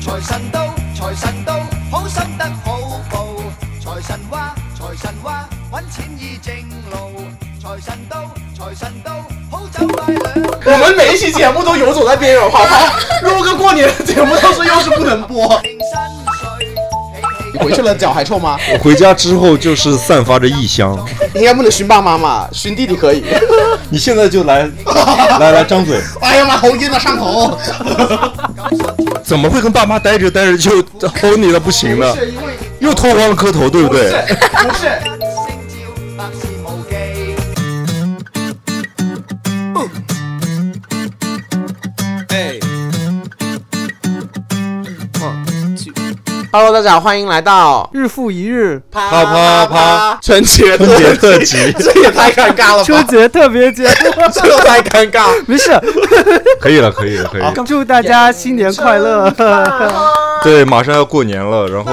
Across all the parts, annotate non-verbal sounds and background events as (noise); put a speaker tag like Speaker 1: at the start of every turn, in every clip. Speaker 1: 財神到，財神到，好心得好報。財神話，財神話，揾錢依正路。財神到，財神到，好走快兩。
Speaker 2: (laughs) 我们每一期节目都游走在边缘，好吗？ (laughs) 录个过年的节目，到时候又是不能播。
Speaker 1: 定身
Speaker 2: (laughs) 你回去了，脚还臭吗？
Speaker 3: 我回家之后就是散发着异香。
Speaker 2: 应该不能熏爸妈嘛，熏弟弟可以。
Speaker 3: 你现在就来， (laughs) 来来张嘴，
Speaker 2: (laughs) 哎呀妈，好晕啊，上头。
Speaker 3: 怎么会跟爸妈待着待着就齁你了不行呢？
Speaker 2: 因为
Speaker 3: 又脱光了磕头，对不对？
Speaker 2: 不是，
Speaker 1: 垂，一聲照，百事無忌。
Speaker 2: Hello，大家好，欢迎来到
Speaker 4: 日复一日，
Speaker 2: 啪
Speaker 3: 啪啪啪
Speaker 2: 春节
Speaker 3: 啊春节
Speaker 2: 特
Speaker 3: 特辑
Speaker 2: 这也太尴尬了
Speaker 4: 春
Speaker 2: 吧，
Speaker 4: 节特别节
Speaker 3: (laughs)
Speaker 4: 目。
Speaker 2: 这个太尴尬。
Speaker 4: 没事，
Speaker 3: 可以了，可以了，可以了。
Speaker 4: 祝大家新年快乐！
Speaker 3: 对，马上要过年了，然后，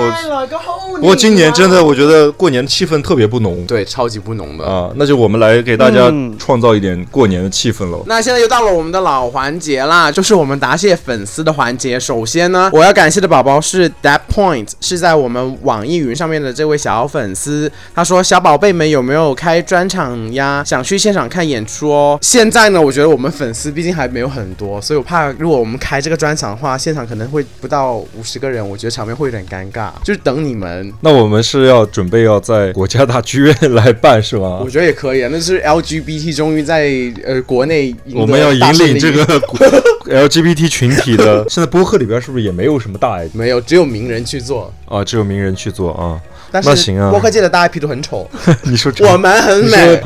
Speaker 3: 不过今年真的，我觉得过年气氛特别不
Speaker 2: (laughs)
Speaker 3: 浓。
Speaker 2: 对，超级不浓的。
Speaker 3: 啊，那就我们来给大家
Speaker 4: 嗯
Speaker 3: 创造一点过年的气氛喽。
Speaker 2: 那现在又到了我们的老环节啦，就是我们答谢粉丝的环节。首先呢，我要感谢的宝宝是 That Point，是在我们网易云上面的这位小粉丝，他说：“小宝贝们有没有开专场呀？想去现场看演出哦。”现在呢，我觉得我们粉丝毕竟还没有很多，所以我怕如果我们开这个专场的话，现场可能会不到五十个人，我觉得场面会有点尴尬。就是等你们，
Speaker 3: 那我们是要准备要在国家大剧院 (laughs) 来办是吗
Speaker 2: 我？觉得也可以啊。那就是 LGBT 终于在呃国内赢得
Speaker 3: 我们要
Speaker 2: 大
Speaker 3: 引
Speaker 2: 胜
Speaker 3: 领
Speaker 2: 利
Speaker 3: 这个 LGBT 群体的。现在播客里边是不是也没有什么大 ID
Speaker 2: 没有，只有名人去做。
Speaker 3: 啊？只有名人去做啊？
Speaker 2: 但
Speaker 3: 那
Speaker 2: 是
Speaker 3: 行啊
Speaker 2: 播客界的大 IP 都很丑，
Speaker 3: (laughs)
Speaker 2: (laughs)
Speaker 3: 你说这
Speaker 2: 我们很 (laughs) 美。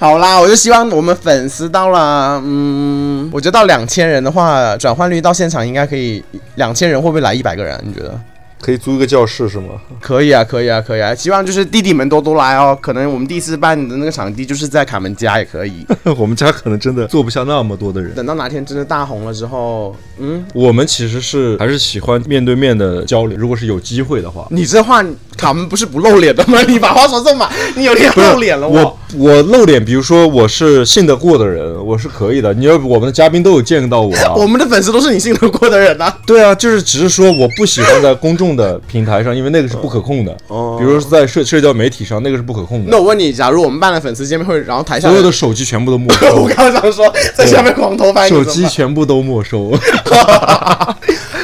Speaker 2: 好啦，我就希望我们粉丝到了，嗯，我觉得到两千人的话，转换率到现场应该可以，两千人会不会来一百个人？你觉得？
Speaker 3: 可以租一个教室是吗？
Speaker 2: 可以啊，可以啊，可以啊！希望就是弟弟们多多来哦。可能我们第一次办的那个场地就是在卡门家也可以。
Speaker 3: (laughs) (laughs) 我们家可能真 (laughs) 的坐不下那么多的人。
Speaker 2: 等到哪天真的大红了之后，嗯，
Speaker 3: 我们其实是还是喜欢面对面的交流，如果是有机会的话。
Speaker 2: 你这话卡门不是不露脸的吗？你把话说这么满，你有点
Speaker 3: 不是
Speaker 2: 露脸了
Speaker 3: 我我露脸，比如说我是信得过的人，我是可以的。你要我们的嘉宾都有见到我啊，
Speaker 2: (laughs) 我们的粉丝都是你信得过的人呐、啊。
Speaker 3: 对啊，就是只是说我不喜欢在公众的平台上，因为那个是不可控的。比如说在社社交媒体上，那个是不可控
Speaker 2: 那
Speaker 3: 的。
Speaker 2: 我问你，假如我们办了粉丝见面会，然后台下
Speaker 3: 所有
Speaker 2: 人
Speaker 3: 的手机全部都没
Speaker 2: (laughs) 我
Speaker 3: 收，
Speaker 2: 刚想说在下面狂偷拍你
Speaker 3: 手
Speaker 2: 怎么
Speaker 3: 机
Speaker 2: 办
Speaker 3: 全部都没收。 (laughs)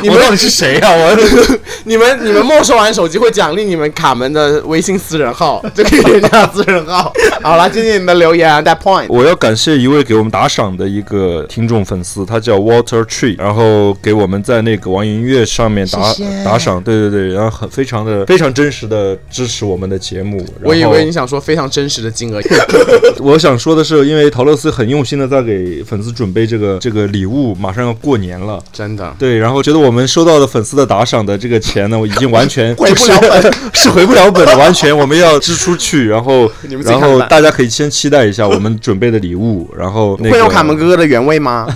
Speaker 2: 你
Speaker 3: 我
Speaker 2: 们
Speaker 3: 到底是谁啊？我
Speaker 2: (laughs) 你们你们没收完手机会奖励你们卡门的微信私人号，就可以人家私人
Speaker 3: (laughs)
Speaker 2: 号。好啦，谢谢你的留言啊，that point。
Speaker 3: 我要感谢一位给我们打赏的一个听众粉丝，他叫 Water Tree，然后给我们在那个网易音乐上面打
Speaker 2: 谢谢
Speaker 3: 打赏，对对对，然后很非常的非常真实的支持我们的节目。然后
Speaker 2: 我以为你想说非常真实的
Speaker 3: (laughs)
Speaker 2: 金额，
Speaker 3: 我想说的是，因为陶乐斯很用心的在给粉丝准备这个这个礼物，马上要过年了。
Speaker 2: 真的。
Speaker 3: 对，然后觉得我们收到的粉丝的打赏的这个钱呢，我已经完全
Speaker 2: (laughs) 回不了
Speaker 3: 本， (laughs) 是回不了本的，完全我们要支出去，然后
Speaker 2: (laughs) 你们自己
Speaker 3: 然
Speaker 2: 看
Speaker 3: 后
Speaker 2: 办
Speaker 3: 大家可以先期待一下我们准备的礼物，然后、那个、
Speaker 2: (laughs) 会有卡门哥哥的原味吗？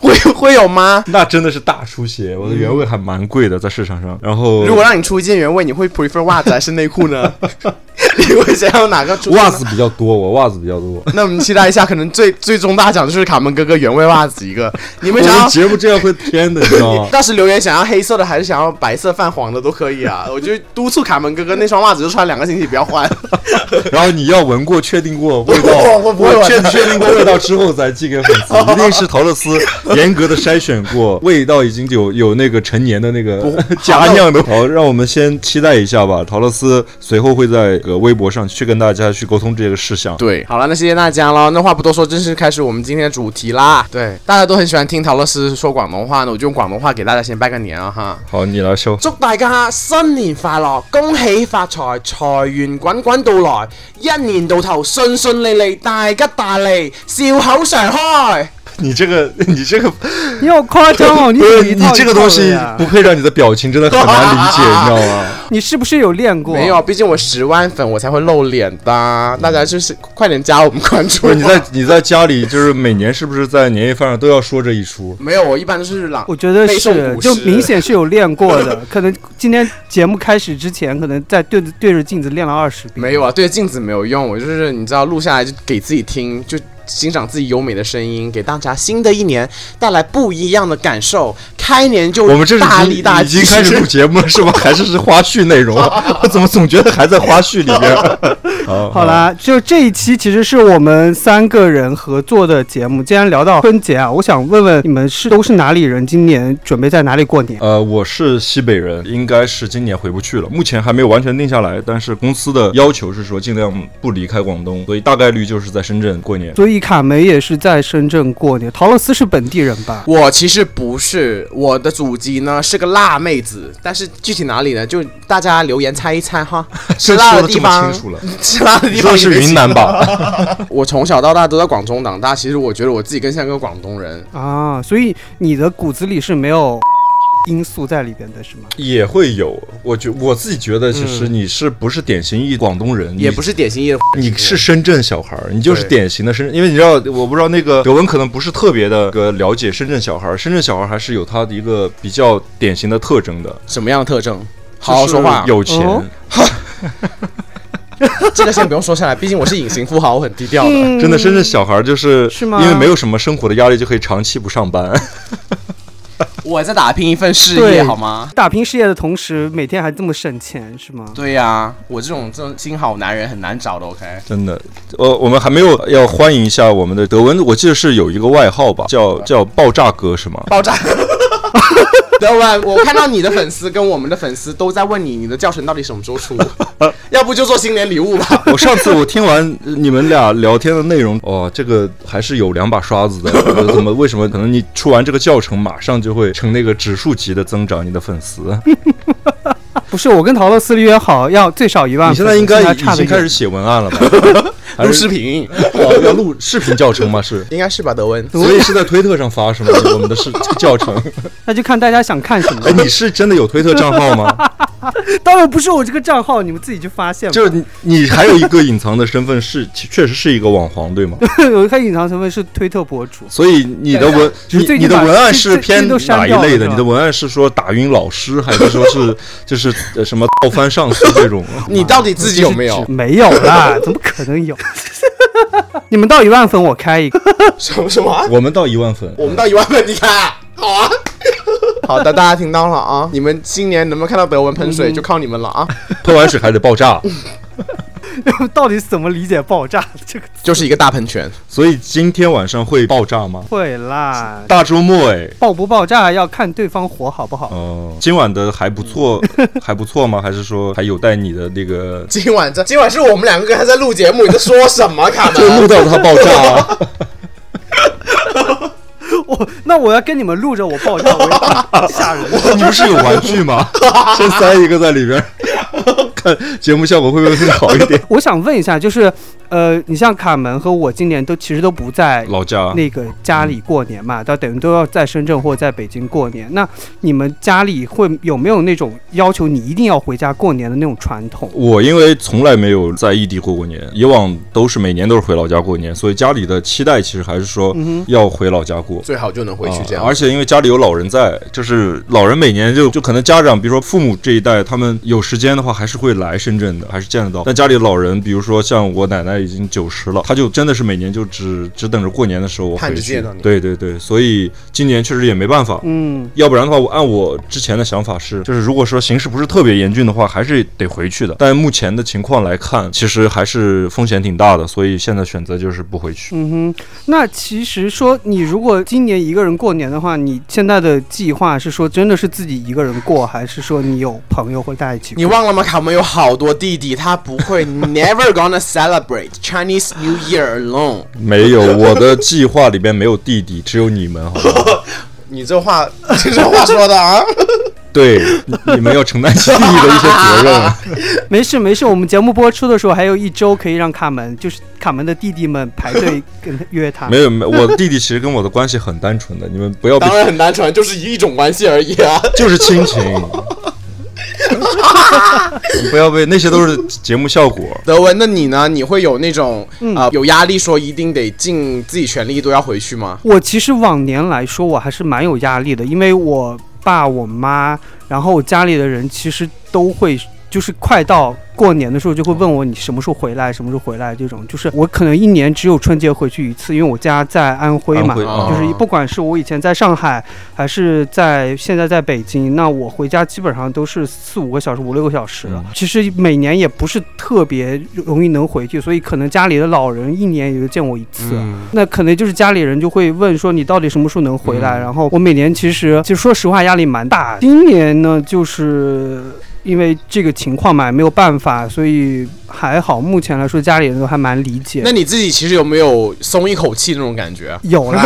Speaker 2: 会会有吗？
Speaker 3: 那真的是大出血，我的原味还蛮贵的，在市场上。然后
Speaker 2: 如果让你出一件原味，你会 prefer 袜子还是内裤呢？ (laughs) 你会想要哪个出？
Speaker 3: 袜子比较多，我袜子比较
Speaker 2: (laughs)
Speaker 3: 多。
Speaker 2: 那我们期待一下，可能最最终大奖就是卡门哥哥原味袜子一个。你
Speaker 3: 我
Speaker 2: 们想
Speaker 3: 们
Speaker 2: 要
Speaker 3: 节目这啊样会偏的，你知道
Speaker 2: 你
Speaker 3: 吗？
Speaker 2: 到时留言想要黑色的，还是想要白色泛黄的都可以
Speaker 3: (laughs)
Speaker 2: 啊。我就督促卡门哥哥那双袜子就穿两个星期不要换。
Speaker 3: (laughs) 然后你要闻过、确定过味道， (laughs)
Speaker 2: 我我不会闻
Speaker 3: 确确定过味道之后再寄给粉 (laughs) 丝，一定是陶乐斯严格的筛选过，味道已经有有那个陈年的那个 (laughs) 佳酿的。好，让我们先期待一下吧。陶乐斯随后会在呃微博上去跟大家去沟通这个事项。
Speaker 2: 对，好了，那谢谢大家喽。那话不多说，正式开始我们今天的主题啦。对，大家都很喜欢听陶乐斯说广东话呢，我就用广东话给大家先拜个年啊哈。
Speaker 3: 好，你来收。
Speaker 2: 祝大家新年快樂，恭喜發財，財源滾滾到來，一年到頭順順利利，大吉大利，笑口常開。
Speaker 3: (laughs) 你这个，你这个，
Speaker 4: (laughs) 你好夸张哦
Speaker 3: (laughs)
Speaker 4: 哦！你
Speaker 3: 不是
Speaker 4: 怎么一
Speaker 3: 你
Speaker 4: 套
Speaker 3: 这个
Speaker 4: 一套
Speaker 3: 东
Speaker 4: 的
Speaker 3: 西
Speaker 4: 呀
Speaker 3: 不配让你的表情，真的很难 (laughs) 理解，你知道吗？
Speaker 4: 你是不是有练过？
Speaker 2: 没有，，毕竟我十万粉我才会露脸的，大家就是快点加我们关
Speaker 3: 不
Speaker 2: 注。
Speaker 3: 是你
Speaker 2: (laughs)
Speaker 3: 在你在家里，就是每年是不是在年夜饭上都要说这一出？
Speaker 2: 没有，我一般都是朗，
Speaker 4: 我觉得
Speaker 2: 背诵
Speaker 4: 是
Speaker 2: 古，
Speaker 4: 就
Speaker 2: 诗
Speaker 4: 明。显是有练过
Speaker 2: (laughs)
Speaker 4: 的。可能今天节目开始之前，可能在对着对着镜子练了二十遍。
Speaker 2: 没有啊，对着镜子没有用，我就是你知道录下来就给自己听，就欣赏自己优美的声音，给大家新的一年带来不一样的感受。开年就
Speaker 3: 我们这是
Speaker 2: 大
Speaker 3: 已
Speaker 2: 力
Speaker 3: 经
Speaker 2: 大
Speaker 3: 已经
Speaker 2: 气
Speaker 3: 开始
Speaker 2: 盛 (laughs)
Speaker 3: 录节目了是吧？还是是花絮内容？我怎么总觉得还在花絮里边？
Speaker 2: (laughs)
Speaker 3: 好
Speaker 4: 好，啦，就这一期其实是我们三个人合作的节目。既然聊到春节啊，我想问问你们是都是哪里人？今年准备在哪里过年？
Speaker 3: 呃，我是西北人，应该是今年回不去了，目前还没有完全定下来，但是公司的要求是说尽量不离开广东，所以大概率就是在深圳过年。
Speaker 4: 所以卡梅也是在深圳过年，陶乐斯是本地人吧？
Speaker 2: 我其实不是，我的祖籍呢是个辣妹子，但是具体哪里呢？就大家留言猜一猜 (laughs) 哈。吃辣的
Speaker 3: 说得
Speaker 2: 地
Speaker 3: 这么
Speaker 2: 方
Speaker 3: 清，楚了，
Speaker 2: 吃辣的
Speaker 3: 你
Speaker 2: 地
Speaker 3: 说
Speaker 2: 方
Speaker 3: 的是
Speaker 2: 也没
Speaker 3: 云
Speaker 2: 记
Speaker 3: 南吧？
Speaker 2: 我从小到大都在广州长大，其实我觉得我自己更像个广东人。
Speaker 4: 啊，所以你的骨子里是没有 (laughs) 因素在里边的，是吗？
Speaker 3: (laughs) 也会有，我觉我自己觉得，其实你是不是典型一广东人，
Speaker 2: 嗯也
Speaker 3: 你
Speaker 2: 不是典型意的，
Speaker 3: 你是深圳小孩儿，你就是
Speaker 2: 对
Speaker 3: 典型的深圳，因为你知道，我不知道那个德文可能不是特别的个了解深圳小孩儿，深圳小孩儿还是有他的一个比较典型的特征的，
Speaker 2: 什么样的特征？好好说话
Speaker 3: 就是。有钱。
Speaker 4: 哦
Speaker 2: 这个先不用说下来，毕竟我是隐形富豪，我很低调的。
Speaker 3: 真的，深圳小孩儿就是
Speaker 4: 嗯是吗
Speaker 3: 因为没有什么生活的压力，就可以长期不上班。
Speaker 2: (laughs)
Speaker 3: (laughs)
Speaker 2: 我在打拼一份事
Speaker 4: 对
Speaker 2: 业，好吗？
Speaker 4: 打拼事业的同时，每天还这么省钱，是吗？
Speaker 2: 对呀、我这种这种心好男人很难找的。OK，
Speaker 3: 真的，呃，我们还没有要欢迎一下我们的德文，我记得是有一个外号吧，叫叫爆炸哥是吗？
Speaker 2: 爆 (laughs) 炸。等晚，啊我看到你的粉丝跟我们的粉丝都在问你，你的教程到底什么时候 (laughs) 出？要不就做新年礼物吧。
Speaker 3: (laughs) 我上次我听完你们俩聊天的内容，哦，这个还是有两把刷
Speaker 4: (laughs)
Speaker 3: 子的。我怎么为什么？可能你出完这个教程，马上就会成那个指数级的增长，你的粉
Speaker 4: (laughs)
Speaker 3: 丝。
Speaker 4: 不是，我跟陶乐斯约好要最少一万
Speaker 3: 你
Speaker 4: 粉丝，
Speaker 3: 现在应该
Speaker 4: 现
Speaker 3: 已
Speaker 4: 差的
Speaker 3: 经开始写文案了
Speaker 4: (laughs)
Speaker 3: 吧？还
Speaker 2: 录
Speaker 3: 是
Speaker 2: 视频
Speaker 3: 哦要录视频教程吗？
Speaker 4: (laughs)
Speaker 3: 是，
Speaker 2: 应该是吧，德文。
Speaker 3: 所以是在推特上发是吗？我们的是这个教
Speaker 4: (laughs)
Speaker 3: 程。
Speaker 4: 那就看大家想看什么
Speaker 3: 哎，。 (laughs) 你是真的有推特账号吗？
Speaker 4: 当然不是我这个账号，你们自己去发现吧。
Speaker 3: 哎
Speaker 4: (laughs)
Speaker 3: 就是你你还有一个隐藏的身份是，确实是一个网黄，对吗？
Speaker 4: 有一个隐藏成分是推特博主。
Speaker 3: 所以你的文，
Speaker 4: 只是
Speaker 3: 你
Speaker 4: 最
Speaker 3: 你
Speaker 4: 近
Speaker 3: 的
Speaker 4: 把
Speaker 3: 文案
Speaker 4: 这
Speaker 3: 是
Speaker 4: 这
Speaker 3: 偏
Speaker 4: 这都删
Speaker 3: 哪一
Speaker 4: 掉了
Speaker 3: 类的？
Speaker 4: 是吧
Speaker 3: 你的文案是说打晕老师， (laughs) 还是说是就是呃什么倒翻上司这
Speaker 4: (laughs)
Speaker 3: 种？
Speaker 2: 你到底自己有 (laughs) 没有？
Speaker 4: 没有
Speaker 3: (laughs)
Speaker 4: 啦，怎么可能有？你们到一万粉我开一个， (laughs)
Speaker 2: 什么什啊么？
Speaker 3: 我们到一万粉， (laughs)
Speaker 2: 我们到一万粉，你看，好啊。 (laughs) 好的，大家听到了啊！你们今年能不能看到德文喷水，就靠你们了啊！
Speaker 3: 喷完水还得爆炸，
Speaker 4: 到底怎么理解爆炸这个词
Speaker 2: 就是一个大喷泉，
Speaker 3: 所以今天晚上会爆炸吗？
Speaker 4: 汇啦？
Speaker 3: 大周末哎，
Speaker 4: 爆不爆炸要看对方火好不好。
Speaker 3: 哦，今晚的还不
Speaker 4: (laughs)
Speaker 3: 错，还不错吗？还是说还有待你的那个
Speaker 2: 今晚这今晚是我们两个还在录节目，你在说什么？卡
Speaker 3: 就录
Speaker 2: (laughs) 门，
Speaker 3: 到它爆
Speaker 4: 啊
Speaker 3: 炸？
Speaker 4: (laughs) 我那我要跟你们录着我爆炸，我要吓人。
Speaker 3: 你 (laughs) 不是有玩具
Speaker 4: (laughs)
Speaker 3: 吗？先塞一个在里边儿， (laughs) 看节目效果会不会更好一点？
Speaker 4: 我想问一下，就是呃，你像卡门和我今年都其实都不在
Speaker 3: 老家
Speaker 4: 那个家里过年嘛，到等于都要在深圳或在北京过年。那你们家里会有没有那种要求你一定要回家过年的那种传统？
Speaker 3: 我因为从来没有在异地过过年，以往都是每年都是回老家过年，所以家里的期待其实还是说要回老家过。
Speaker 2: 最好就嗯能回去这样。
Speaker 3: 啊而且因为家里有老人在，就是老人每年就就可能家长，比如说父母这一代，他们有时间的话还是会来深圳的，还是见得到。但家里的老人，比如说像我奶奶已经九十了，她就真的是每年就只只等着过年的时候我
Speaker 2: 盼
Speaker 3: 回
Speaker 2: 着
Speaker 3: 去
Speaker 2: 见到。你
Speaker 3: 对对对，所以今年确实也没办法，
Speaker 4: 嗯，
Speaker 3: 要不然的话，我按我之前的想法是，就是如果说形势不是特别严峻的话，还是得回去的。但目前的情况来看，其实还是风险挺大的，所以现在选择就是不回去。
Speaker 4: 嗯哼，那其实说你如果今年一个人过年的话，你现在的计划是说真的是自己一个人过，还是说你有朋友会在一起过？
Speaker 2: 你忘了吗？卡门有好多弟弟，他不 (laughs) 会 never gonna celebrate Chinese New Year alone。
Speaker 3: 没有，我的计划里边没有弟弟，只有你们，好吧？
Speaker 2: 你这话，你这话说的 (laughs) 啊？
Speaker 3: (laughs) 对，你你们要承担起弟弟的一些责 (laughs) 任。
Speaker 4: 没事没事，我们节目播出的时候还有一周可以让卡门，就是卡门的弟弟们排队跟他约他。
Speaker 3: 没有，没有，我弟弟其实跟我的关系很单纯的，你们不要被
Speaker 2: 当然很单纯，就是一种关系而已啊。
Speaker 3: 就是亲 (laughs) 情。不要被那些都是节目效果，
Speaker 2: 德文，那你呢？你会有那种啊、呃有压力，说一定得尽自己全力都要回去吗？
Speaker 4: 我其实往年来说，我还是蛮有压力的，因为我爸、我妈，然后我家里的人其实都会。就是快到过年的时候就会问我你什么时候回来，什么时候回来这种。就是我可能一年只有春节回去一次，因为我家在安徽
Speaker 3: 安
Speaker 4: 嘛，
Speaker 3: 徽
Speaker 2: 啊
Speaker 4: 就是不管是我以前在上海还是在现在在北京，那我回家基本上都是四五个小时、五六个小时了。
Speaker 3: 嗯
Speaker 4: 其实每年也不是特别容易能回去，所以可能家里的老人一年也就见我一次。
Speaker 2: 嗯
Speaker 4: 那可能就是家里人就会问说你到底什么时候能回来？
Speaker 2: 嗯
Speaker 4: 然后我每年其实就说实话压力蛮大。今年呢，就是因为这个情况嘛，也没有办法，所以还好，目前来说家里人都还蛮理解。
Speaker 2: 那你自己其实有没有松一口气那种感觉？啊
Speaker 4: 有啦，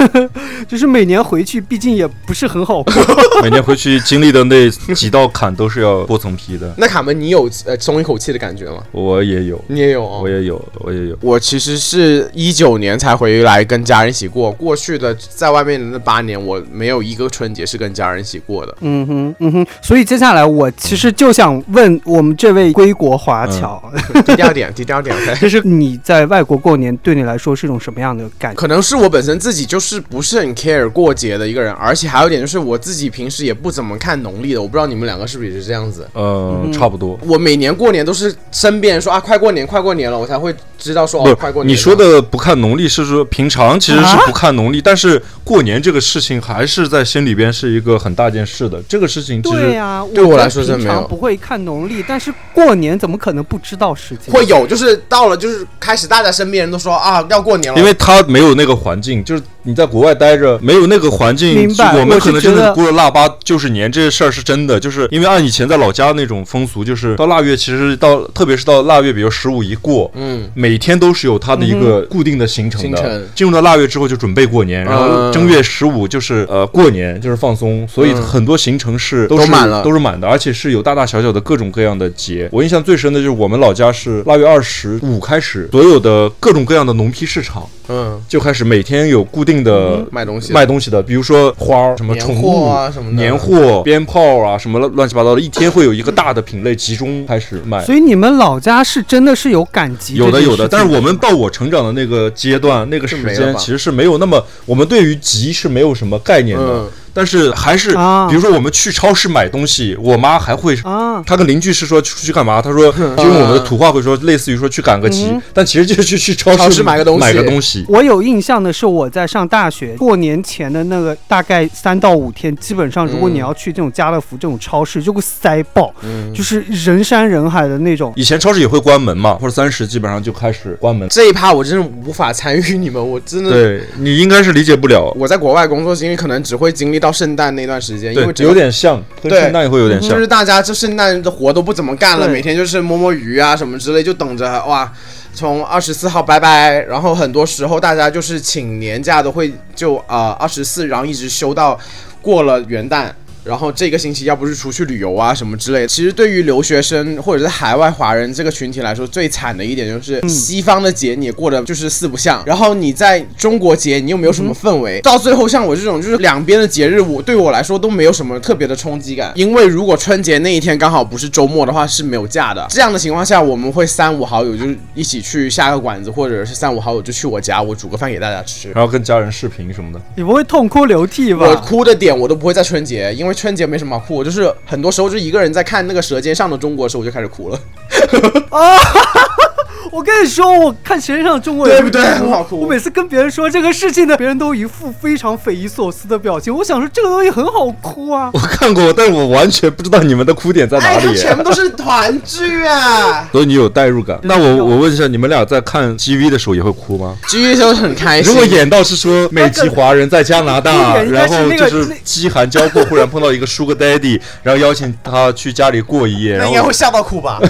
Speaker 4: (laughs) 就是每年回去，毕竟也不是很好过。
Speaker 3: (laughs) 每年回去经历的那几道坎都是要剥层皮的。
Speaker 2: 那卡门，你有呃松一口气的感觉吗？
Speaker 3: 我也有，
Speaker 2: 你也有哦
Speaker 3: 我也有，我也有。
Speaker 2: 我其实是一九年才回来跟家人一起过，过去的在外面的那八年，我没有一个春节是跟家人一起过的。
Speaker 4: 嗯哼，嗯哼，所以接下来我其实就想问我们这位归国华侨， (laughs)
Speaker 2: 低调点，低调点。OK
Speaker 4: 嗯就是你在外国过年对你来说是一种什么样的感觉？
Speaker 2: 可能是我本身自己就是不是很 care 过节的一个人，而且还有一点就是我自己平时也不怎么看农历的，我不知道你们两个是不是也是这样子。
Speaker 3: 嗯，差不多。
Speaker 2: 我每年过年都是身边人说啊，快过年，快过年了，我才会知道说哦，快过
Speaker 3: 不，
Speaker 2: 年了。啊
Speaker 3: 你说的不看农历是说平常其实是不看农历，但是过年这个事情还是在心里边是一个很大件事的。这个事情其
Speaker 4: 对
Speaker 3: 实
Speaker 4: 呀、
Speaker 2: 对我
Speaker 4: 我
Speaker 2: 来说真
Speaker 4: 平
Speaker 2: 没有
Speaker 4: 常不会看农历，但是过年怎么可能不知道时间？
Speaker 2: 会有，就是到了就是开始大家身边人都说啊，要过年了，
Speaker 3: 因为他没有那个环境，就是你在国外待着没有那个环境，
Speaker 4: 明白
Speaker 3: 我们可能真
Speaker 4: 我是觉
Speaker 3: 的
Speaker 4: 得
Speaker 3: 过了腊八就是年这事儿是真的，就是因为按以前在老家那种风俗，就是到腊月其实到特别是到腊月，比如十五一过，
Speaker 2: 嗯，
Speaker 3: 每天都是有它的一个
Speaker 4: 嗯
Speaker 3: 固定的行程
Speaker 2: 行
Speaker 3: 的。
Speaker 2: 程
Speaker 3: 进入到腊月之后就准备过年，然后
Speaker 2: 嗯
Speaker 3: 正月十五就是呃过年，就是放松，所以
Speaker 2: 嗯
Speaker 3: 很多行程是都
Speaker 2: 都
Speaker 3: 是
Speaker 2: 满了
Speaker 3: 都是满的，而且是有大大小小的各种各样的节。我印象最深的就是我们老家是腊月二十五开始，所有的各种各样的农批市场
Speaker 2: 嗯，
Speaker 3: 就开始每天有固定的
Speaker 2: 卖东西的
Speaker 3: 卖东西的，比如说花儿、什么
Speaker 2: 年
Speaker 3: 宠
Speaker 2: 货
Speaker 3: 物
Speaker 2: 啊什么的
Speaker 3: 年货、鞭炮啊什么乱乱七八糟的，一天会有一个大的品类集中开始卖。
Speaker 4: 所以你们老家是真的是有赶集这
Speaker 3: 有的
Speaker 4: 件事情，
Speaker 3: 有的，但是我们到我成长的那个阶段，那个时
Speaker 2: 没了
Speaker 3: 间
Speaker 2: 吧
Speaker 3: 其实是没有那么，我们对于急是没有什么概念的。
Speaker 2: 嗯
Speaker 3: 但是还是，
Speaker 4: 啊
Speaker 3: 比如说我们去超市买东西，我妈还会，
Speaker 4: 啊
Speaker 3: 她跟邻居是说出去干嘛？她说，
Speaker 2: 嗯
Speaker 3: 就用我
Speaker 2: 啊
Speaker 3: 们的土话会说，类似于说去赶个
Speaker 4: 嗯
Speaker 3: 集，但其实就是去去超市
Speaker 2: 超市买个东西
Speaker 3: 买个东西。
Speaker 4: 我有印象的是，我在上大学过年前的那个大概三到五天，基本上如果
Speaker 2: 嗯
Speaker 4: 你要去这种家乐福这种超市，就会塞爆，
Speaker 2: 嗯
Speaker 4: 就是人山人海的那种。
Speaker 3: 以前超市也会关门嘛，或者三十基本上就开始关门。
Speaker 2: 这一趴我真的无法参与你们，我真的
Speaker 3: 对你应该是理解不了，
Speaker 2: 我在国外工作经历可能只会经历到圣诞那段时间，嗯因
Speaker 3: 对
Speaker 2: 为，整个
Speaker 3: 有点像，跟
Speaker 2: 对嗯
Speaker 3: 圣诞也会有点像
Speaker 2: 就。是大家就圣诞的活都不怎么干了，
Speaker 4: 对
Speaker 2: 每天就是摸摸鱼啊什么之类，就等着哇，从二十四号拜拜，然后很多时候大家就是请年假都会就啊二十四，然后一直休到过了元旦。然后这个星期要不是出去旅游啊什么之类的，其实对于留学生或者是海外华人这个群体来说，最惨的一点就是西方的节你也过得就是四不像，然后你在中国节你又没有什么氛围，到最后像我这种就是两边的节日，我对我来说都没有什么特别的冲击感，因为如果春节那一天刚好不是周末的话是没有假的，这样的情况下我们会三五好友就是一起去下个馆子，或者是三五好友就去我家，我煮个饭给大家吃。
Speaker 3: 然后跟家人视频什么的，
Speaker 4: 你不会痛哭流涕吧？
Speaker 2: 我哭的点我都不会在春节，因为春节没什么好哭，我就是很多时候就一个人在看那个《舌尖上的中国》的时候，我就开始哭 (laughs) 了。
Speaker 4: 我跟你说，我看《舌尖上的中国》
Speaker 2: 对
Speaker 4: 也
Speaker 2: 不
Speaker 4: 是
Speaker 2: 对
Speaker 4: 这样
Speaker 2: 很好哭
Speaker 4: 我每次跟别人说这个事情呢，别人都一副非常匪夷所思的表情。我想说，这个东西很好哭
Speaker 2: (laughs)
Speaker 4: 啊
Speaker 3: 我。看过，但是我完全不知道你们的哭点在哪
Speaker 2: 哎，
Speaker 3: 里。！
Speaker 2: 它全部都是团聚啊
Speaker 3: 所以你有代入感。那我我问一下，你们俩在看 GV 的时候也会哭吗？
Speaker 2: 其实就很开心。
Speaker 3: 如果演到是说美籍华人在加拿大，
Speaker 2: 哎
Speaker 4: 那个
Speaker 3: 然后就
Speaker 4: 那个
Speaker 3: 是饥寒交迫，忽然碰到一个 Sugar Daddy，然后邀请他去家里过一夜，
Speaker 1: 那
Speaker 3: 然
Speaker 2: 哎
Speaker 1: 应该
Speaker 3: 后
Speaker 1: 会吓到哭
Speaker 2: (laughs)
Speaker 1: 吧？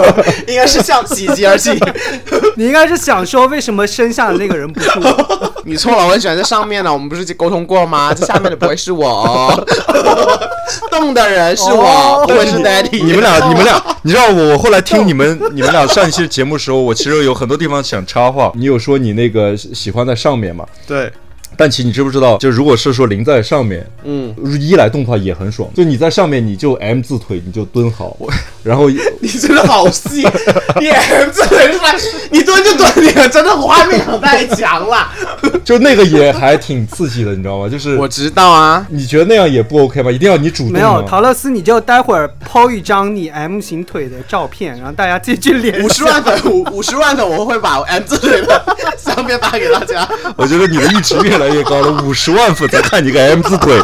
Speaker 1: (laughs) 应该是笑喜极而泣。
Speaker 4: 你应该是想说，为什么身下的那个人不是
Speaker 2: (laughs)
Speaker 4: 我？
Speaker 2: 你错了，我很喜欢在上面呢，我们不是沟通过 (laughs) 吗？在下面的不会是我 (laughs) 哦，动的人是我，
Speaker 4: 哦
Speaker 2: 不会是
Speaker 3: 你
Speaker 2: Daddy。
Speaker 3: 你们俩，
Speaker 2: 哦
Speaker 3: 你们俩，你知道我，我后来听你们，你们俩上一期节目的时候，我其实有很多地方想插话。你有说你那个喜喜欢在上面嘛？
Speaker 2: 对，
Speaker 3: 但其实你知不知道，就如果是说淋在上面，
Speaker 2: 嗯，
Speaker 3: 一来动的话也很爽，就你在上面你就 M 字腿，你就蹲好，然后 (laughs)
Speaker 2: 你真的好 (laughs) 细，你这人是吧？你蹲就蹲，你真的画面感太强了。
Speaker 3: 就那个也还挺刺激的，你知道吗？就
Speaker 2: (laughs)
Speaker 3: 是
Speaker 2: 我知道啊，
Speaker 3: 你觉得那样也不 OK 吧？一定要你主动吗
Speaker 4: 没
Speaker 2: 嗯
Speaker 4: 有陶乐斯，你就待会儿抛一张你 M 型腿的照片，然后大家自己去联
Speaker 2: 五
Speaker 4: 想。
Speaker 2: 十万粉五五十万粉，我会把 M 字腿的相片发给大家。
Speaker 3: 我觉得你的阈值越来越高了，五十万粉才看你个 M 字腿，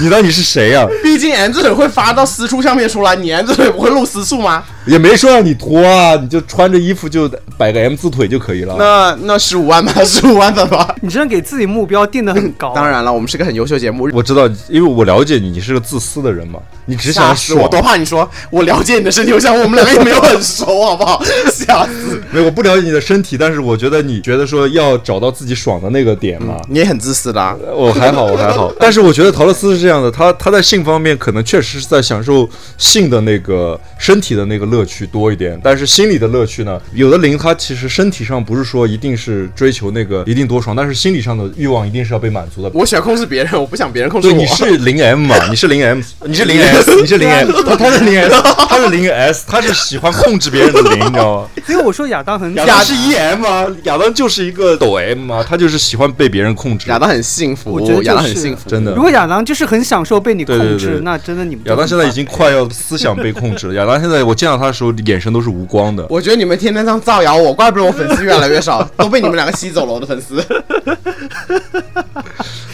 Speaker 3: 你当你是谁啊呀、
Speaker 2: 毕竟 M 字腿会发到私处上面出来，你 M 字腿不会露私处吗？
Speaker 3: 也没说让你脱啊，你就穿着衣服就摆个 M 字腿就可以了。
Speaker 2: 那那十五万吧，十五万粉吧。
Speaker 4: 你真的给自己目标定得很高。
Speaker 2: 当，然了，我们是个很优秀节目。
Speaker 3: 我知道，因为我了解你，你是个自私的人嘛，你只
Speaker 2: 吓
Speaker 3: 想
Speaker 2: 死
Speaker 3: 爽
Speaker 2: 我，。多怕你说我了解你的身体，我想我们两个也没有很熟，好不 (laughs) 好？吓死！
Speaker 3: 没有，我不了解你的身体，但是我觉得你觉得说要找到自己爽的那个点嘛。
Speaker 2: 你也很自私的啊、
Speaker 3: (laughs) 我还好，我还好，但是我觉得陶乐斯是这样的，他他在性方面可能确实是在享受性的那个身体的那个乐趣多一点，但是心理的乐趣呢，有的零他其实身体上不是说一定是追求那个一定多爽，但是心理上的欲望一定是要被满足的。
Speaker 2: 我喜欢控制别人，我不想别人控制
Speaker 3: 对，
Speaker 2: 我。
Speaker 3: 你是零 M (laughs) 嘛？你是零 M，你是零 S，你是零 M，他 (laughs) 他是零 S，他是零 S，他是喜欢控制别人的零，你知道 (laughs) 吗？
Speaker 4: 所以我说亚当很
Speaker 3: 亚当是 E M 啊，亚当就是一个抖 M 嘛，他就是喜欢被别人控制。
Speaker 2: 亚当很幸福，
Speaker 4: 我觉得就是
Speaker 2: 亚当很幸福，
Speaker 3: 真的
Speaker 4: 如果亚当就是很享受被你控制，
Speaker 3: 对对对
Speaker 4: 那真的你们
Speaker 3: 亚当现在已经快要思想被控制了。亚当现在我见到他的时候，眼神都是无光的。
Speaker 2: 我觉得你们天天这样造谣我，怪不得我粉丝越来越少，都被你们两个吸走了。我的粉丝，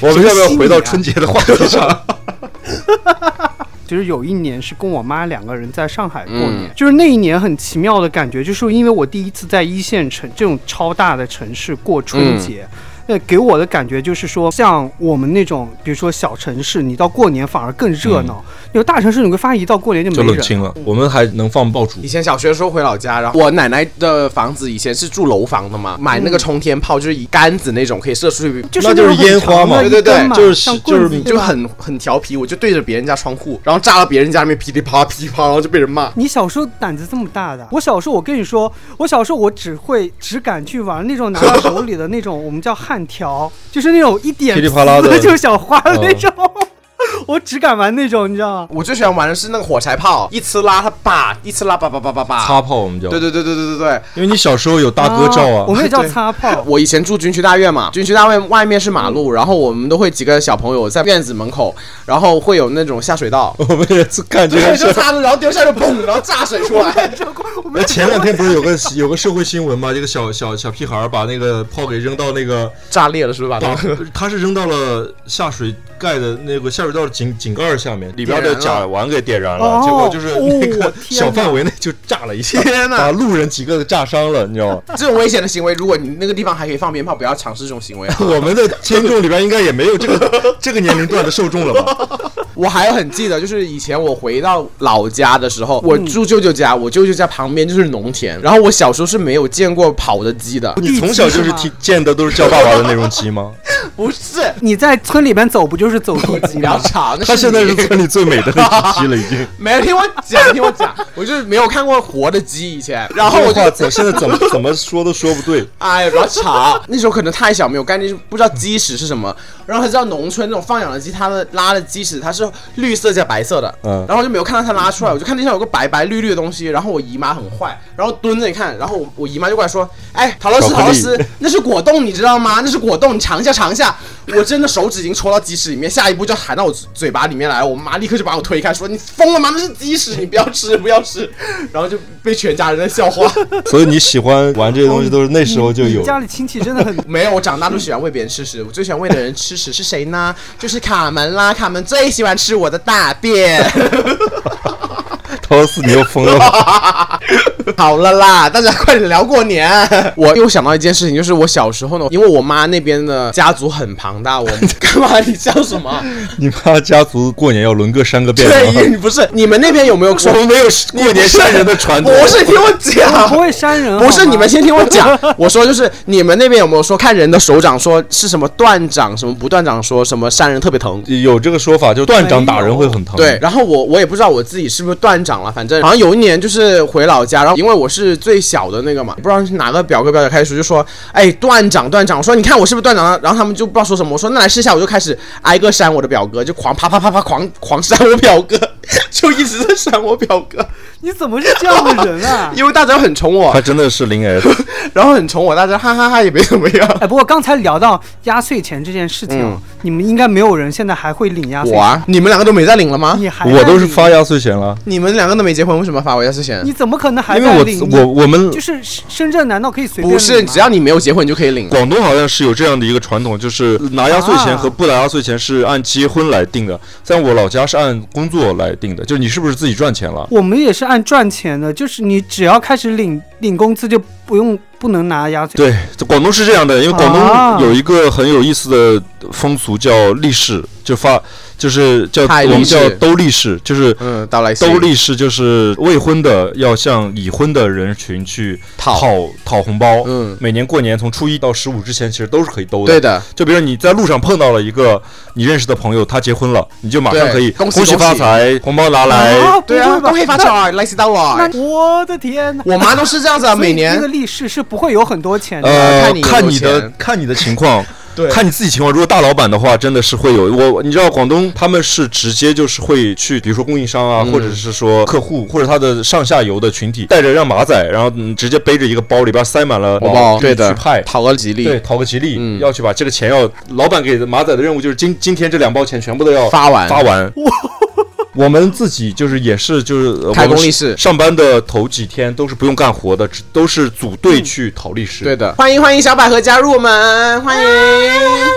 Speaker 3: 我们要不要回到春节的话题上？
Speaker 4: 就是有一年是跟我妈两个人在上海过
Speaker 2: 嗯
Speaker 4: 年，就是那一年很奇妙的感觉，就是因为我第一次在一线城这种超大的城市过春节。
Speaker 2: 嗯
Speaker 4: 那给我的感觉就是说，像我们那种，比如说小城市，你到过年反而更热闹。有大城市，你会发现一到过年就
Speaker 3: (laughs) 嗯就
Speaker 4: 没
Speaker 3: 冷
Speaker 4: 人。
Speaker 3: 清了，我们还能放爆
Speaker 2: (laughs)
Speaker 3: 竹
Speaker 2: 以。前小学的时候回老家，然后我奶奶的房子以前是住楼房的嘛，买那个冲天炮就是一杆子那种，可以射出去，
Speaker 4: 就是
Speaker 3: 那
Speaker 4: 种
Speaker 3: 就是
Speaker 4: 很
Speaker 3: 烟花
Speaker 4: 长
Speaker 3: 嘛
Speaker 4: 的一
Speaker 2: 对对
Speaker 4: 根
Speaker 2: 对
Speaker 3: 就是
Speaker 4: 像
Speaker 3: 就是
Speaker 4: 棍子，
Speaker 2: 就
Speaker 4: 对吧
Speaker 2: 很很调皮，我就对着别人家窗户，然后炸到别人家里面噼里啪啦噼里啪啦，然后就被人骂。
Speaker 4: 你小时候胆子这么大的？我小时候，我跟你说，我小时候我只会只敢去玩那种拿到手里的那种，我们叫焊条，就是那种一点
Speaker 3: 噼里啪啦的嗯
Speaker 4: 丝就小花的那种。我只敢玩那种，你知道吗？
Speaker 2: 我最喜欢玩的是那个火柴炮，一呲拉它叭，一呲拉叭叭叭叭叭。
Speaker 3: 擦炮我们叫，
Speaker 2: 对对对对对对对。
Speaker 3: 因为你小时候有大哥照
Speaker 4: 哦我
Speaker 3: 啊，，
Speaker 4: 们也叫擦炮。
Speaker 2: 我以前住军区大院嘛，军区大院外面是马路，然后我们都会几个小朋友在院子门口，然后会有那种下水道
Speaker 3: 我们也是干这
Speaker 2: (laughs) 对，
Speaker 3: 个
Speaker 2: 就
Speaker 3: 事。
Speaker 2: 擦了，然后丢下就砰，然后炸水出来。
Speaker 3: (laughs) 那前两天不是有个有个社会新闻嘛？这个小小小屁孩儿把那个炮给扔到那个
Speaker 2: (laughs)
Speaker 3: (laughs)
Speaker 2: 炸裂了是不是把
Speaker 3: 把
Speaker 2: 那个？
Speaker 3: 他是扔到了下水盖的那个下水道的井井盖下面，里边
Speaker 2: 点
Speaker 3: 的
Speaker 2: 燃了
Speaker 3: 甲烷给点燃了，
Speaker 4: 哦
Speaker 3: 结果就是那
Speaker 4: 哦
Speaker 3: 个
Speaker 4: 天哪
Speaker 3: 小范围内就炸了一下，
Speaker 2: 天哪
Speaker 3: 把路人几个给炸伤了，你知道吗？
Speaker 2: (laughs) 这种危险的行为，如果你那个地方还可以放鞭炮，不要尝试这种行 (laughs) 为啊。
Speaker 3: 我们的听众里边应该也没有这个这个年龄段的受众了吧？
Speaker 2: 我还有很记得，就是以前我回到老家的时候，我住舅舅家，我舅舅家旁边就是农田，然后我小时候是没有见过跑的鸡的，
Speaker 3: 你从小就是
Speaker 4: 地基是
Speaker 3: 听
Speaker 4: 吗
Speaker 3: 见的都是叫爸爸的那种鸡吗？
Speaker 2: 不是。
Speaker 4: 你在村里边走，不就是走地
Speaker 2: 你
Speaker 4: 鸡
Speaker 2: 不要
Speaker 4: 吗？
Speaker 2: 吵，那
Speaker 3: 他现在
Speaker 2: (laughs) 你
Speaker 3: 是村里最美的那只鸡了，已经。
Speaker 2: 没人听我讲，听我讲，我就是没有看过活的鸡以前，然后我
Speaker 3: 这
Speaker 2: 就
Speaker 3: 话怎现在怎么怎么说都说不对。
Speaker 2: 哎，不要吵！ (laughs) 那时候可能太小，没有概念，不知道鸡屎是什么。然后才知道农村那种放养的鸡，它的拉的鸡屎它是绿色加白色的。
Speaker 3: 嗯
Speaker 2: 然后我就没有看到它拉出来，我就看地上有个白白绿绿的东西。然后我姨妈很坏，然后蹲着你看，然后我我姨妈就过来说：“哎，陶老师，
Speaker 3: 巧克力
Speaker 2: 陶老师，那是果冻，你知道吗？那是果冻，你尝一下，尝一下。”我真的手指已经戳到鸡屎里面，下一步就含到我嘴巴里面来。我妈立刻就把我推开，说：“你疯了吗？那是鸡屎，你不要吃，不要吃。”然后就被全家人在笑话。
Speaker 3: 所以你喜欢玩这些东西，都是那时候 (laughs) 就有
Speaker 4: 你。家里亲戚真
Speaker 3: (laughs)
Speaker 4: 的很
Speaker 2: 没有，我长大都喜欢喂别人吃屎。我最喜欢喂的人吃屎是谁呢？ (laughs) 就是卡门啦，卡门最喜欢吃我的大便。 (laughs)
Speaker 3: 陶四，你又疯了吧？
Speaker 2: 好了啦，大家快点聊过年。我又想到一件事情，就是我小时候呢，因为我妈那边的家族很庞大，我 (laughs) 干嘛？你笑什么？
Speaker 3: 你妈家族过年要轮个三个遍吗？
Speaker 2: 对，你不是你们那边有没有说
Speaker 3: 我们没有 (laughs) 过年山人的传统。
Speaker 2: 不是，听我
Speaker 3: 啊
Speaker 2: 讲， (laughs)
Speaker 4: 不会删人，
Speaker 2: 不是
Speaker 4: 好吗
Speaker 2: 你们先听我讲， (laughs) 我说就是你们那边有没有说看人的手掌说是什么断掌什么不断掌说什么扇人特别疼？
Speaker 3: 有这个说法，就断掌打人会很疼。
Speaker 2: 对，，然后我我也不知道我自己是不是断掌了，反正好像有一年就是回老家，然后因为我是最小的那个嘛，不知道是哪个表哥表姐开始说就说，哎断掌断掌，我说你看我是不是断掌了，然后他们就不知道说什么，我说那来试一下，我就开始挨个扇我的表哥，就狂啪啪啪啪狂狂扇我表哥，就一直在闪我表哥，
Speaker 4: 你怎么是这样的人
Speaker 3: (laughs)
Speaker 4: 啊？
Speaker 2: 因为大家很宠我
Speaker 3: 他，真的是零 S，
Speaker 2: 然后很宠我，大家哈哈哈也没怎么样。
Speaker 4: 哎，不过刚才聊到压岁钱这件事情，
Speaker 2: 嗯
Speaker 4: 你们应该没有人现在还会领压岁
Speaker 2: 我
Speaker 4: 钱，
Speaker 2: 啊，你们两个都没在领了吗？
Speaker 4: 你还在
Speaker 3: 我都是
Speaker 4: 领
Speaker 3: 发，压岁钱了，
Speaker 2: 你们两个都没结婚，为什么发我压岁钱
Speaker 4: 你？怎么可能还
Speaker 3: 因
Speaker 4: 在
Speaker 3: 为
Speaker 4: 领？
Speaker 3: 我我我们
Speaker 4: 就是深深圳难道可以随便
Speaker 2: 呃不是，
Speaker 4: 领吗
Speaker 2: 只要你没有结婚，你就可以领了。
Speaker 3: 广东好像是有这样的一个传统，就是拿压岁钱和不拿压岁钱是按结婚来定的，在我老家是按工作来定的，就是你是不是自己赚钱了。
Speaker 4: 我们也是按赚钱的，就是你只要开始领领工资就不用不能拿压岁钱。
Speaker 3: 对，这广东是这样的，因为广
Speaker 4: 啊
Speaker 3: 东有一个很有意思的风俗叫立式，就发就是叫
Speaker 2: 派
Speaker 3: 我
Speaker 2: 立
Speaker 3: 们
Speaker 2: 誓
Speaker 3: 叫兜立式，就是
Speaker 2: 嗯，到来
Speaker 3: 兜立式就是未婚的要向已婚的人群去
Speaker 2: 讨
Speaker 3: 讨讨红包。
Speaker 2: 嗯，
Speaker 3: 每年过年从初一到十五之前，其实都是可以兜的。
Speaker 2: 对的，
Speaker 3: 就比如你在路上碰到了一个你认识的朋友，他结婚了，你就马上
Speaker 2: 对
Speaker 3: 可以
Speaker 2: 恭喜
Speaker 3: 喜
Speaker 2: 恭
Speaker 3: 发
Speaker 2: 喜
Speaker 3: 财，红包拿来。
Speaker 4: 啊，不
Speaker 2: (laughs) 对啊，
Speaker 4: 会吧
Speaker 2: 恭喜发财，来喜到
Speaker 4: 那
Speaker 2: 我。
Speaker 4: 那我的天哪！
Speaker 2: 啊我妈都是这样子啊，
Speaker 4: 所以
Speaker 2: 每年
Speaker 4: 那个利是是不会有很多钱的。
Speaker 3: 呃
Speaker 2: 看你，有
Speaker 3: 看
Speaker 2: 没有
Speaker 3: 你的
Speaker 2: 钱，
Speaker 3: 看你的情况
Speaker 2: (laughs) 对
Speaker 3: 看你自己情况。如果大老板的话，真的是会有我，你知道广东他们是直接就是会去，比如说供应商啊，或
Speaker 2: 嗯
Speaker 3: 者是说客户或者他的上下游的群体，带着让马仔，然后嗯直接背着一个包，里边塞满了
Speaker 2: 红包，哦
Speaker 3: 去
Speaker 2: 对的
Speaker 3: 去派，。
Speaker 2: 讨个吉
Speaker 3: 对，
Speaker 2: 利，
Speaker 3: 讨个吉利，
Speaker 2: 嗯
Speaker 3: 要去把这个钱要老板给马仔的任务就是今今天这两包钱全部都要
Speaker 2: 发完
Speaker 3: 发完。我们自己就是也是就是呃
Speaker 2: 开工
Speaker 3: 我们
Speaker 2: 利是
Speaker 3: 上班的头几天都是不用干活的，只都是组队去讨利是。
Speaker 2: 嗯对的。欢迎欢迎小百合加入我们，欢迎。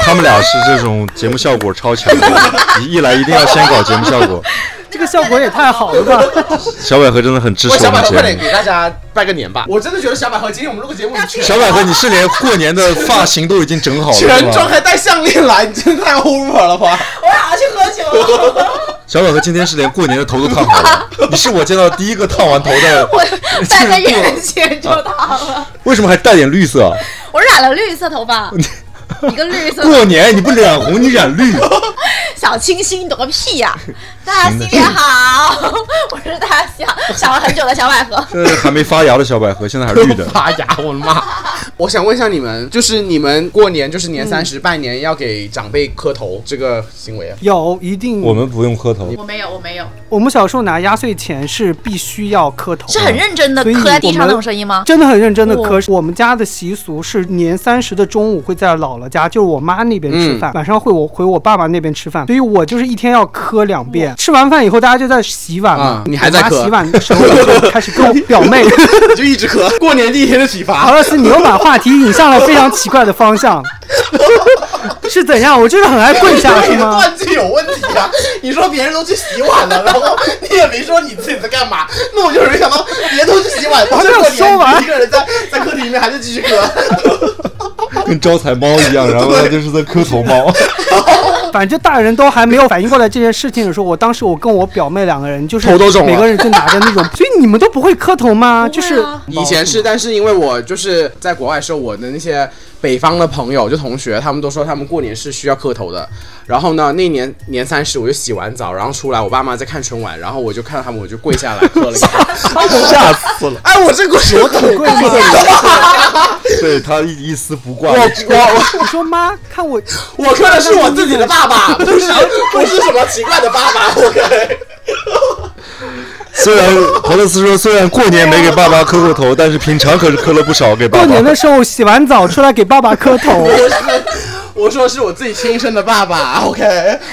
Speaker 3: 他们俩是这种节目效果超强的，
Speaker 2: (laughs)
Speaker 3: 一一来一定要先搞节目效果。
Speaker 4: 这个效果也太好了吧！
Speaker 2: (laughs)
Speaker 3: 小百合真的很支持
Speaker 2: 喂，
Speaker 3: 我
Speaker 2: 小
Speaker 3: 们
Speaker 2: 百合，快
Speaker 3: 节
Speaker 2: 点
Speaker 3: 目。
Speaker 2: 给大家拜个年吧！我真的觉得小百合今天我们录个节目，你去
Speaker 3: 小百合，你是连过年的发型都已经整好了
Speaker 2: 全
Speaker 3: 是
Speaker 2: 妆
Speaker 3: 吗？
Speaker 2: 还戴项链来，你 (laughs) 真哦的太 over 了吧？。
Speaker 5: 我俩要去喝酒了，
Speaker 3: 小百合今天是连过年的头都烫好了，你是我见到第一个烫完头的。
Speaker 5: 我戴个 (laughs) 眼镜就塌了。
Speaker 3: 为什么还带点绿色？
Speaker 5: 我染了绿色头 (laughs) 发，一个绿色的
Speaker 3: 过年你不染红，你染绿。
Speaker 5: 小清新，你懂个屁呀、 (laughs) 大家新年好， (laughs) 我是大家想想了很久的小百合。
Speaker 3: 这呃还没发芽的小百合，现在还是绿的
Speaker 2: (laughs) 拔牙，我的妈！我想问一下你们，就是你们过年就是年三十拜年要给长辈磕头这个行 (laughs) 为啊？
Speaker 4: 有一定，
Speaker 3: 我们不用磕头，
Speaker 5: 我没有，我没有，
Speaker 4: 我们小时候拿压岁钱是必须要磕头的，
Speaker 5: 是很认真的
Speaker 4: 哦所以
Speaker 5: 磕在地
Speaker 4: 我
Speaker 5: 上
Speaker 4: 们
Speaker 5: 那种声音吗？
Speaker 4: 真的很认真的
Speaker 5: 我
Speaker 4: 磕。我们家的习俗是年三十的中午会在姥姥家，就是我妈那边
Speaker 5: 嗯
Speaker 4: 吃饭，晚上会我回我爸爸那边吃饭，所以我就是一天要磕两遍。吃完饭以后，大家就在洗碗嘛，
Speaker 5: 啊
Speaker 2: 嗯你还在
Speaker 4: 我妈
Speaker 2: 磕
Speaker 4: 洗碗的时候我就开始跟我表
Speaker 5: (laughs)
Speaker 4: 妹。 (laughs)
Speaker 2: 你就一直磕，过年第一天的体
Speaker 4: 陶
Speaker 2: 罚。
Speaker 4: 老师，你又把话题引向了非常奇怪的方向，是怎样？我就是很爱跪下，是
Speaker 2: 你的
Speaker 5: (laughs)
Speaker 4: 吗？
Speaker 2: 断句有问题啊！你说别人都去洗碗了，然后你也没说你自己在干嘛，那我就是没想到 (laughs) 别人都去洗碗，然后
Speaker 4: 这
Speaker 2: 过
Speaker 4: 说
Speaker 2: 年
Speaker 4: 完
Speaker 2: 你一个人在在客厅里面还是继续磕。
Speaker 4: (laughs)
Speaker 3: 跟招财猫
Speaker 2: (laughs)
Speaker 3: 一样，然后它就是在磕头猫。 (laughs)
Speaker 4: 反正大人都还没有反应过来这件事情的时候，我当时我跟我表妹两个人就是
Speaker 2: 头都肿了
Speaker 4: 每个人就拿着那种，所以你们都不会啊磕头吗？就是
Speaker 2: 以前是，但是因为我就是在国外的时候，我的那些北方的朋友，就同学，他们都说他们过年是需要磕头的。然后呢，那年年三十我就洗完澡，然后出来，我爸妈在看春晚，然后我就看到他们，我就跪下来磕了
Speaker 4: (laughs)
Speaker 2: 一下，吓死 (laughs) 了！哎，我这个舌头
Speaker 4: 跪下
Speaker 3: (laughs) 对它一一丝不挂
Speaker 2: 我。
Speaker 4: (laughs)
Speaker 2: 我
Speaker 4: 你说妈，看我，
Speaker 2: 我我磕的是我自己的爸爸， (laughs) 不是不是什么奇怪的爸 (laughs) 爸，OK。
Speaker 3: 虽然陶乐斯说，虽然过年没给爸妈磕过头，但是平常可是磕了不少给爸
Speaker 4: 过
Speaker 3: 爸
Speaker 4: 年。的时候洗完澡出来给爸爸磕
Speaker 3: (laughs)
Speaker 4: 头，
Speaker 2: 我是我说的是我自己亲生的爸爸，OK，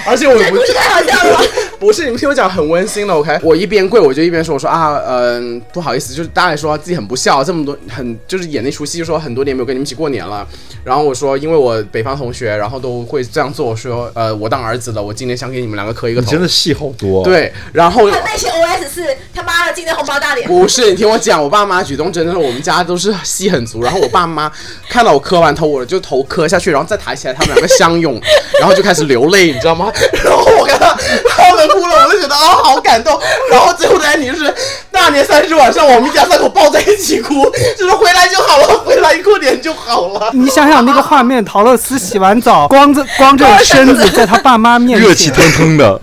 Speaker 2: 而且我不是太好笑了，不是你们听我讲很温馨的，OK，我一边跪我就一边说，我说啊，嗯、不好意思，就是当然说自己很不孝，这么多很就是演那出戏，就说很多年没有跟你们一起过年了，然后我说因为我北方同学，然后都会这样做，我说呃我当儿子了，我今年想给你们两个磕一个
Speaker 3: 你
Speaker 2: 头，
Speaker 3: 真的戏好多。，啊
Speaker 2: 对，然后
Speaker 5: 他内心 OS 是他妈的今天红包大点，
Speaker 2: 不是，你听我讲，我爸妈举动真的是我们家都是戏很足。然后我爸妈看到我磕完头，我就头磕下去，然后再抬起来，他们两个相拥，然后就开始流泪，你知道吗？然后我看到他们哭了，我就觉得啊、好感动。然后最后的 ending 是大年三十晚上，我们一家三口抱在一起哭，就是回来就好了，回来过年就好
Speaker 4: (laughs)
Speaker 2: 了。
Speaker 4: 你想想那个画 (laughs) 面，陶乐斯洗完澡，光着光着身子在他爸妈面
Speaker 3: 热气
Speaker 4: 前，
Speaker 3: 腾腾的。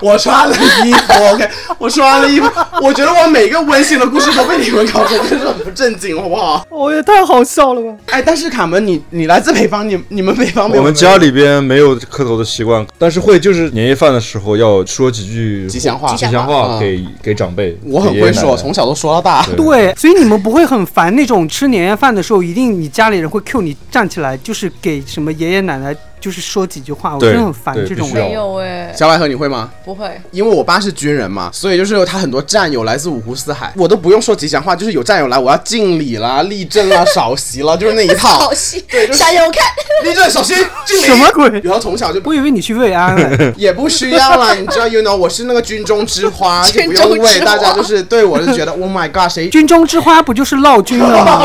Speaker 2: 我穿了衣服，OK，我穿了衣服。我觉得我每个温馨的故事都被你们搞成这种不正经，好不好？
Speaker 4: 哦，也太好笑了吧！
Speaker 2: 哎，但是卡门，你你来自北方，你你们北方没有
Speaker 3: 我们家里边没有磕头的习惯，但是会就是年夜饭的时候要说几句
Speaker 2: 吉祥话
Speaker 3: 吉祥
Speaker 2: 嗯
Speaker 3: 话给给长辈。
Speaker 2: 我很
Speaker 3: 给爷
Speaker 2: 会
Speaker 3: 爷奶
Speaker 2: 说，
Speaker 3: 奶
Speaker 2: 从小都说到大。
Speaker 4: 对，所以你们不会很烦那种吃年夜饭的时候，一定你家里人会 cue 你站起来，就是给什么爷爷奶奶，就是说几句话。我
Speaker 3: 对
Speaker 4: 真的很烦
Speaker 3: 对
Speaker 4: 这种
Speaker 3: 必须要
Speaker 4: 人。
Speaker 5: 没有哎，
Speaker 2: 小百合，你会吗？
Speaker 5: 不会。
Speaker 2: 因为我爸是军人嘛，所以就是他很多战友来自五湖四海，我都不用说吉祥话，就是有战友来，我要敬礼啦、立正啦、少席啦，就是那一套
Speaker 5: 好。戏，想让我看。
Speaker 2: 立正、少席、敬礼。
Speaker 4: 什么鬼
Speaker 2: 然后从小就，
Speaker 4: 我以为你去慰安嘞
Speaker 3: (laughs)
Speaker 2: 也不需要啦，你知道，you know，我是那个军中之花，就不
Speaker 5: 军中之花
Speaker 2: 用为大家就是对我是觉得，Oh my God，谁
Speaker 4: 军中之花不就是烙军
Speaker 3: (laughs)
Speaker 4: 了吗？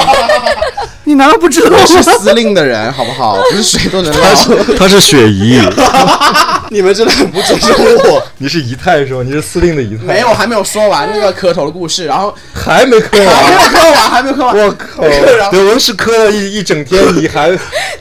Speaker 4: 你难道不知道
Speaker 2: 我是
Speaker 4: 吗？
Speaker 2: 司令的人，好不好？不是谁都能
Speaker 3: 他
Speaker 2: 来。
Speaker 3: 是他是雪姨，
Speaker 2: (laughs) 你们真的很不尊重我。
Speaker 3: 你是姨太是吧？你是司令的姨
Speaker 2: (laughs)
Speaker 3: 太，
Speaker 2: 没有，还没有说完那个磕头的故事，然后
Speaker 3: 还没磕
Speaker 2: 还没有
Speaker 3: 完。啊
Speaker 2: 磕完，还没有磕完。
Speaker 3: 我靠！
Speaker 2: 然后
Speaker 3: 德文是磕了一一整天，
Speaker 2: (laughs)
Speaker 3: 你还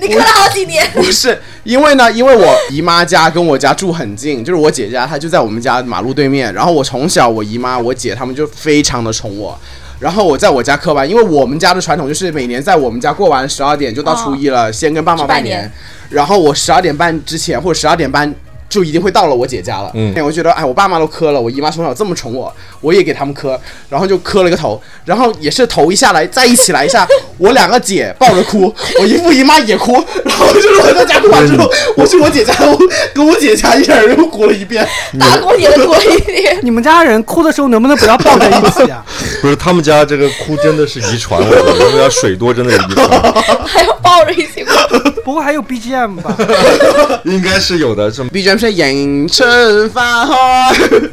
Speaker 5: 你磕了好几年，
Speaker 2: 不是，因为呢，因为我姨妈家跟我家住很近，就是我姐家，她就在我们家马路对面。然后我从小，我姨妈、我姐她们就非常的宠我。然后我在我家磕完，因为我们家的传统就是每年在我们家过完十二点就到初一了，先跟爸妈
Speaker 5: 去拜
Speaker 2: 拜哦年
Speaker 5: 年，
Speaker 2: 然后我十二点半之前或者十二点半。就一定会到了我姐家了，
Speaker 3: 嗯
Speaker 2: 我就觉得哎，我爸妈都磕了，我姨妈从小这么宠我，我也给他们磕，然后就磕了个头，然后也是头一下来，再一起来一下，我两个姐抱着哭，我姨父姨妈也哭，然后就是我在家哭完之后，
Speaker 3: 嗯
Speaker 2: (laughs) 我去我姐家，我跟我姐家一家人又哭了一遍，
Speaker 5: 大过年的过一年，
Speaker 4: 你们家人哭的时候能不能不要抱在一起啊？
Speaker 3: 不是他们家这个哭真的是遗传，我觉得他们家水多真的是遗传，
Speaker 5: 还要抱着一起过。
Speaker 4: 不过还有 BGM 吧？
Speaker 3: (laughs) 应该是有的。这
Speaker 2: BGM 是迎春花开，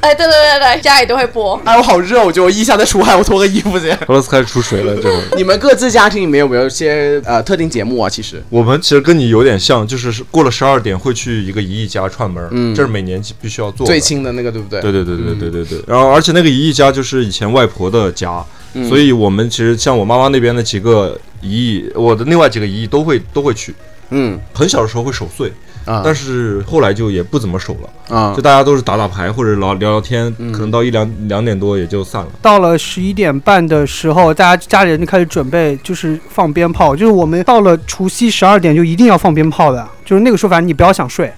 Speaker 5: 哎，对对对对，家里都会播。
Speaker 2: (laughs) 哎，我好热，我觉得我一下在出汗，我脱个衣服先。
Speaker 3: 俄罗斯开始出水了，这会儿。
Speaker 2: (laughs) 你们各自家庭里面有没有一些呃特定节目啊？其实
Speaker 3: 我们其实跟你有点像，就是过了十二点会去一个姨姨家串门儿，这是每年必须要做的。
Speaker 2: 最亲的那个对不对？
Speaker 3: 对对对对对对对。然后，而且那个姨姨家就是以前外婆的家，所以我们其实像我妈妈那边的几个姨姨，我的另外几个姨姨都会都会去。
Speaker 2: 嗯
Speaker 3: 很小的时候会守岁，
Speaker 2: 啊
Speaker 3: 但是后来就也不怎么守了，
Speaker 2: 啊
Speaker 3: 就大家都是打打牌或者聊聊聊天，可能到一两两点多也就散了。
Speaker 4: 到了十一点半的时候，大家家里人就开始准备，就是放鞭炮。就是我们到了除夕十二点就一定要放鞭炮的，就是那个时候，反正你不要想睡。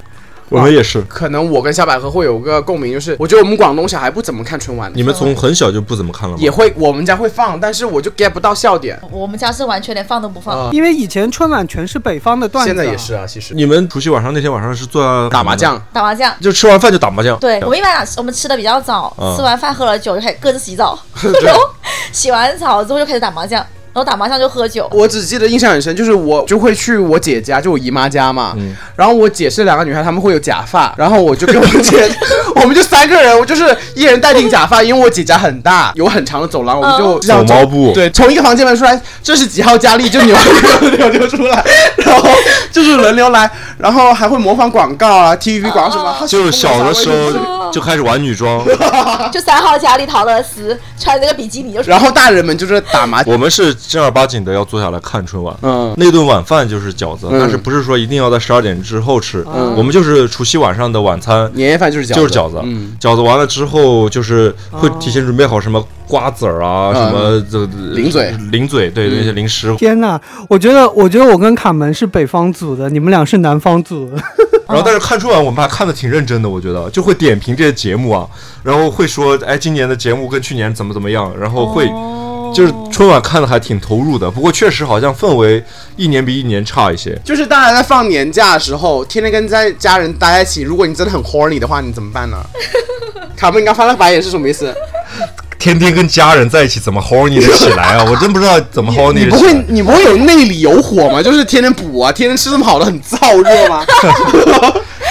Speaker 3: 我们也是，
Speaker 2: 可能我跟小百合会有个共鸣，就是我觉得我们广东小孩不怎么看春晚，
Speaker 3: 你们从很小就不怎么看了吗？
Speaker 2: 也会我们家会放，但是我就 get 不到笑点。
Speaker 5: 我们家是完全连放都不放，
Speaker 2: 啊
Speaker 4: 因为以前春晚全是北方的段子，
Speaker 2: 现在也是。啊，其实
Speaker 3: 你们除夕晚上那天晚上是坐下
Speaker 2: 打麻，将，
Speaker 5: 打麻将。
Speaker 3: 就吃完饭就打麻将。
Speaker 5: 对我们一般啊俩，我们吃的比较早，
Speaker 3: 嗯
Speaker 5: 吃完饭喝了酒就开始各自洗
Speaker 3: (laughs)
Speaker 5: 澡，然后洗完澡之后就开始打麻将，然后打麻将就喝酒。
Speaker 2: 我只记得印象很深，就是我就会去我姐家，就我姨妈家嘛。
Speaker 3: 嗯
Speaker 2: 然后我姐是两个女孩，她们会有假发，然后我就跟我
Speaker 3: (laughs)
Speaker 2: 姐，我们就三个人，我就是一人戴顶假发，因为我姐家很大，有很长的走廊，我们就
Speaker 5: 嗯
Speaker 2: 这样
Speaker 3: 走猫步
Speaker 2: 对，从一个房间门出来，这是几号佳丽，就扭扭扭出来，然后就是轮流来，然后还会模仿广告啊，TVB 广告什么，
Speaker 3: 就是小的时
Speaker 2: 她是
Speaker 3: 候就开始玩女装，
Speaker 5: 就三号家里陶乐斯穿那个比基尼，
Speaker 3: 啊
Speaker 5: 就是
Speaker 2: 然后大人们就是打麻将，
Speaker 3: 我们是正儿八经的要坐下来看春晚。
Speaker 2: 嗯
Speaker 3: 那顿晚饭就是饺子，
Speaker 2: 嗯
Speaker 3: 但是不是说一定要在十二点之后吃？我们就是除夕晚上的晚餐，
Speaker 2: 年夜饭就是饺子，
Speaker 3: 就是嗯饺子。哦
Speaker 2: 嗯，
Speaker 3: 饺子完了之后，就是会提前准备好什么瓜子儿啊，什么这
Speaker 2: 零嘴
Speaker 3: 零嘴，对那些零食。
Speaker 4: 天呐，我觉得，我觉得我跟卡门是北方组的，你们俩是南方组的。
Speaker 3: 然后，
Speaker 2: 嗯
Speaker 3: 但是看春晚我们还看的挺认真的，我觉得就会点评这些节目啊，然后会说，哎，今年的节目跟去年怎么怎么样，然后会。
Speaker 2: 哦
Speaker 3: 就是春晚看的还挺投入的，不过确实好像氛围一年比一年差一些。
Speaker 2: 就是大家在放年假的时候，天天跟在家人待在一起，如果你真的很 horny 的话，你怎么办呢？卡门，你刚翻了白眼是什么意思？
Speaker 3: 天天跟家人在一起，怎么 horny 的起来啊？我真不知道怎么 horny
Speaker 2: 你
Speaker 3: 的
Speaker 2: 不
Speaker 3: 起
Speaker 2: 会
Speaker 3: 来。
Speaker 2: 你不会有内里有火吗？就是天天补啊，天天吃这么好的，很燥热吗？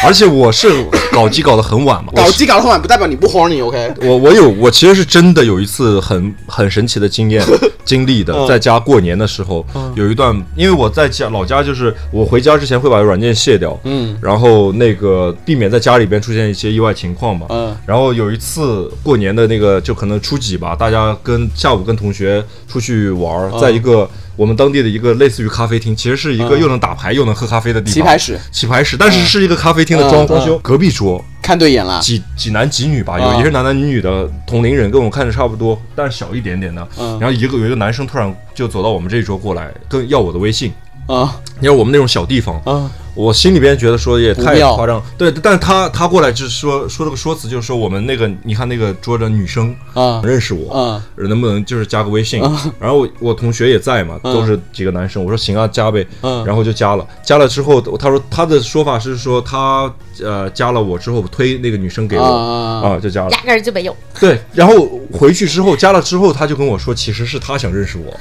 Speaker 3: 而且我是搞基搞得很晚嘛，我
Speaker 2: 搞
Speaker 3: 是
Speaker 2: 基搞到后晚不代表你不 horny，OK？、
Speaker 3: 我我有，我其实是真的有一次很很神奇的
Speaker 2: (laughs)
Speaker 3: 经验经历
Speaker 2: 嗯
Speaker 3: 的，在家过年的时候，有一段，因为我在家老家就是我回家之前会把软件卸掉，嗯，然后那个避免在家里边出现一些意外情况嘛，
Speaker 2: 嗯，
Speaker 3: 然后有一次过年的那个就可能初几吧，大家跟下午跟同学出去玩
Speaker 2: 嗯
Speaker 3: 儿，在一个。我们当地的一个类似于咖啡厅，其实是一个又能打牌又能喝咖啡的地方，
Speaker 2: 棋牌室
Speaker 3: 棋牌室，但是是一个咖啡厅的
Speaker 2: 嗯
Speaker 3: 装
Speaker 2: 嗯
Speaker 3: 装修。隔壁桌
Speaker 2: 看对眼了。
Speaker 3: 几几男几女吧，
Speaker 2: 啊
Speaker 3: 有一个男男女女的同龄人，跟我看着差不多，但是小一点点的。
Speaker 2: 嗯
Speaker 3: 然后一个有一个男生突然就走到我们这一桌过来，跟要我的微信。
Speaker 2: 啊
Speaker 3: 你看我们那种小地方，
Speaker 2: 啊
Speaker 3: 我心里边觉得说也
Speaker 2: 不
Speaker 3: 太
Speaker 2: 妙
Speaker 3: 夸张，对，但是他他过来就是说说了个说辞，就是说我们那个你看那个桌的女生
Speaker 2: 啊
Speaker 3: 认识我，
Speaker 2: 啊
Speaker 3: 能不能就是加个微信？然后我我同学也在嘛，
Speaker 2: 啊
Speaker 3: 都是几个男生，我说行啊，加呗，
Speaker 2: 嗯
Speaker 3: 然后就加了。加了之后，他说他的说法是说他呃加了我之后推那个女生给我
Speaker 2: 啊啊
Speaker 3: 啊就加了
Speaker 5: 压，根儿就没有。
Speaker 3: 对，然后回去之后加了之后，他就跟我说其实是他想认识我，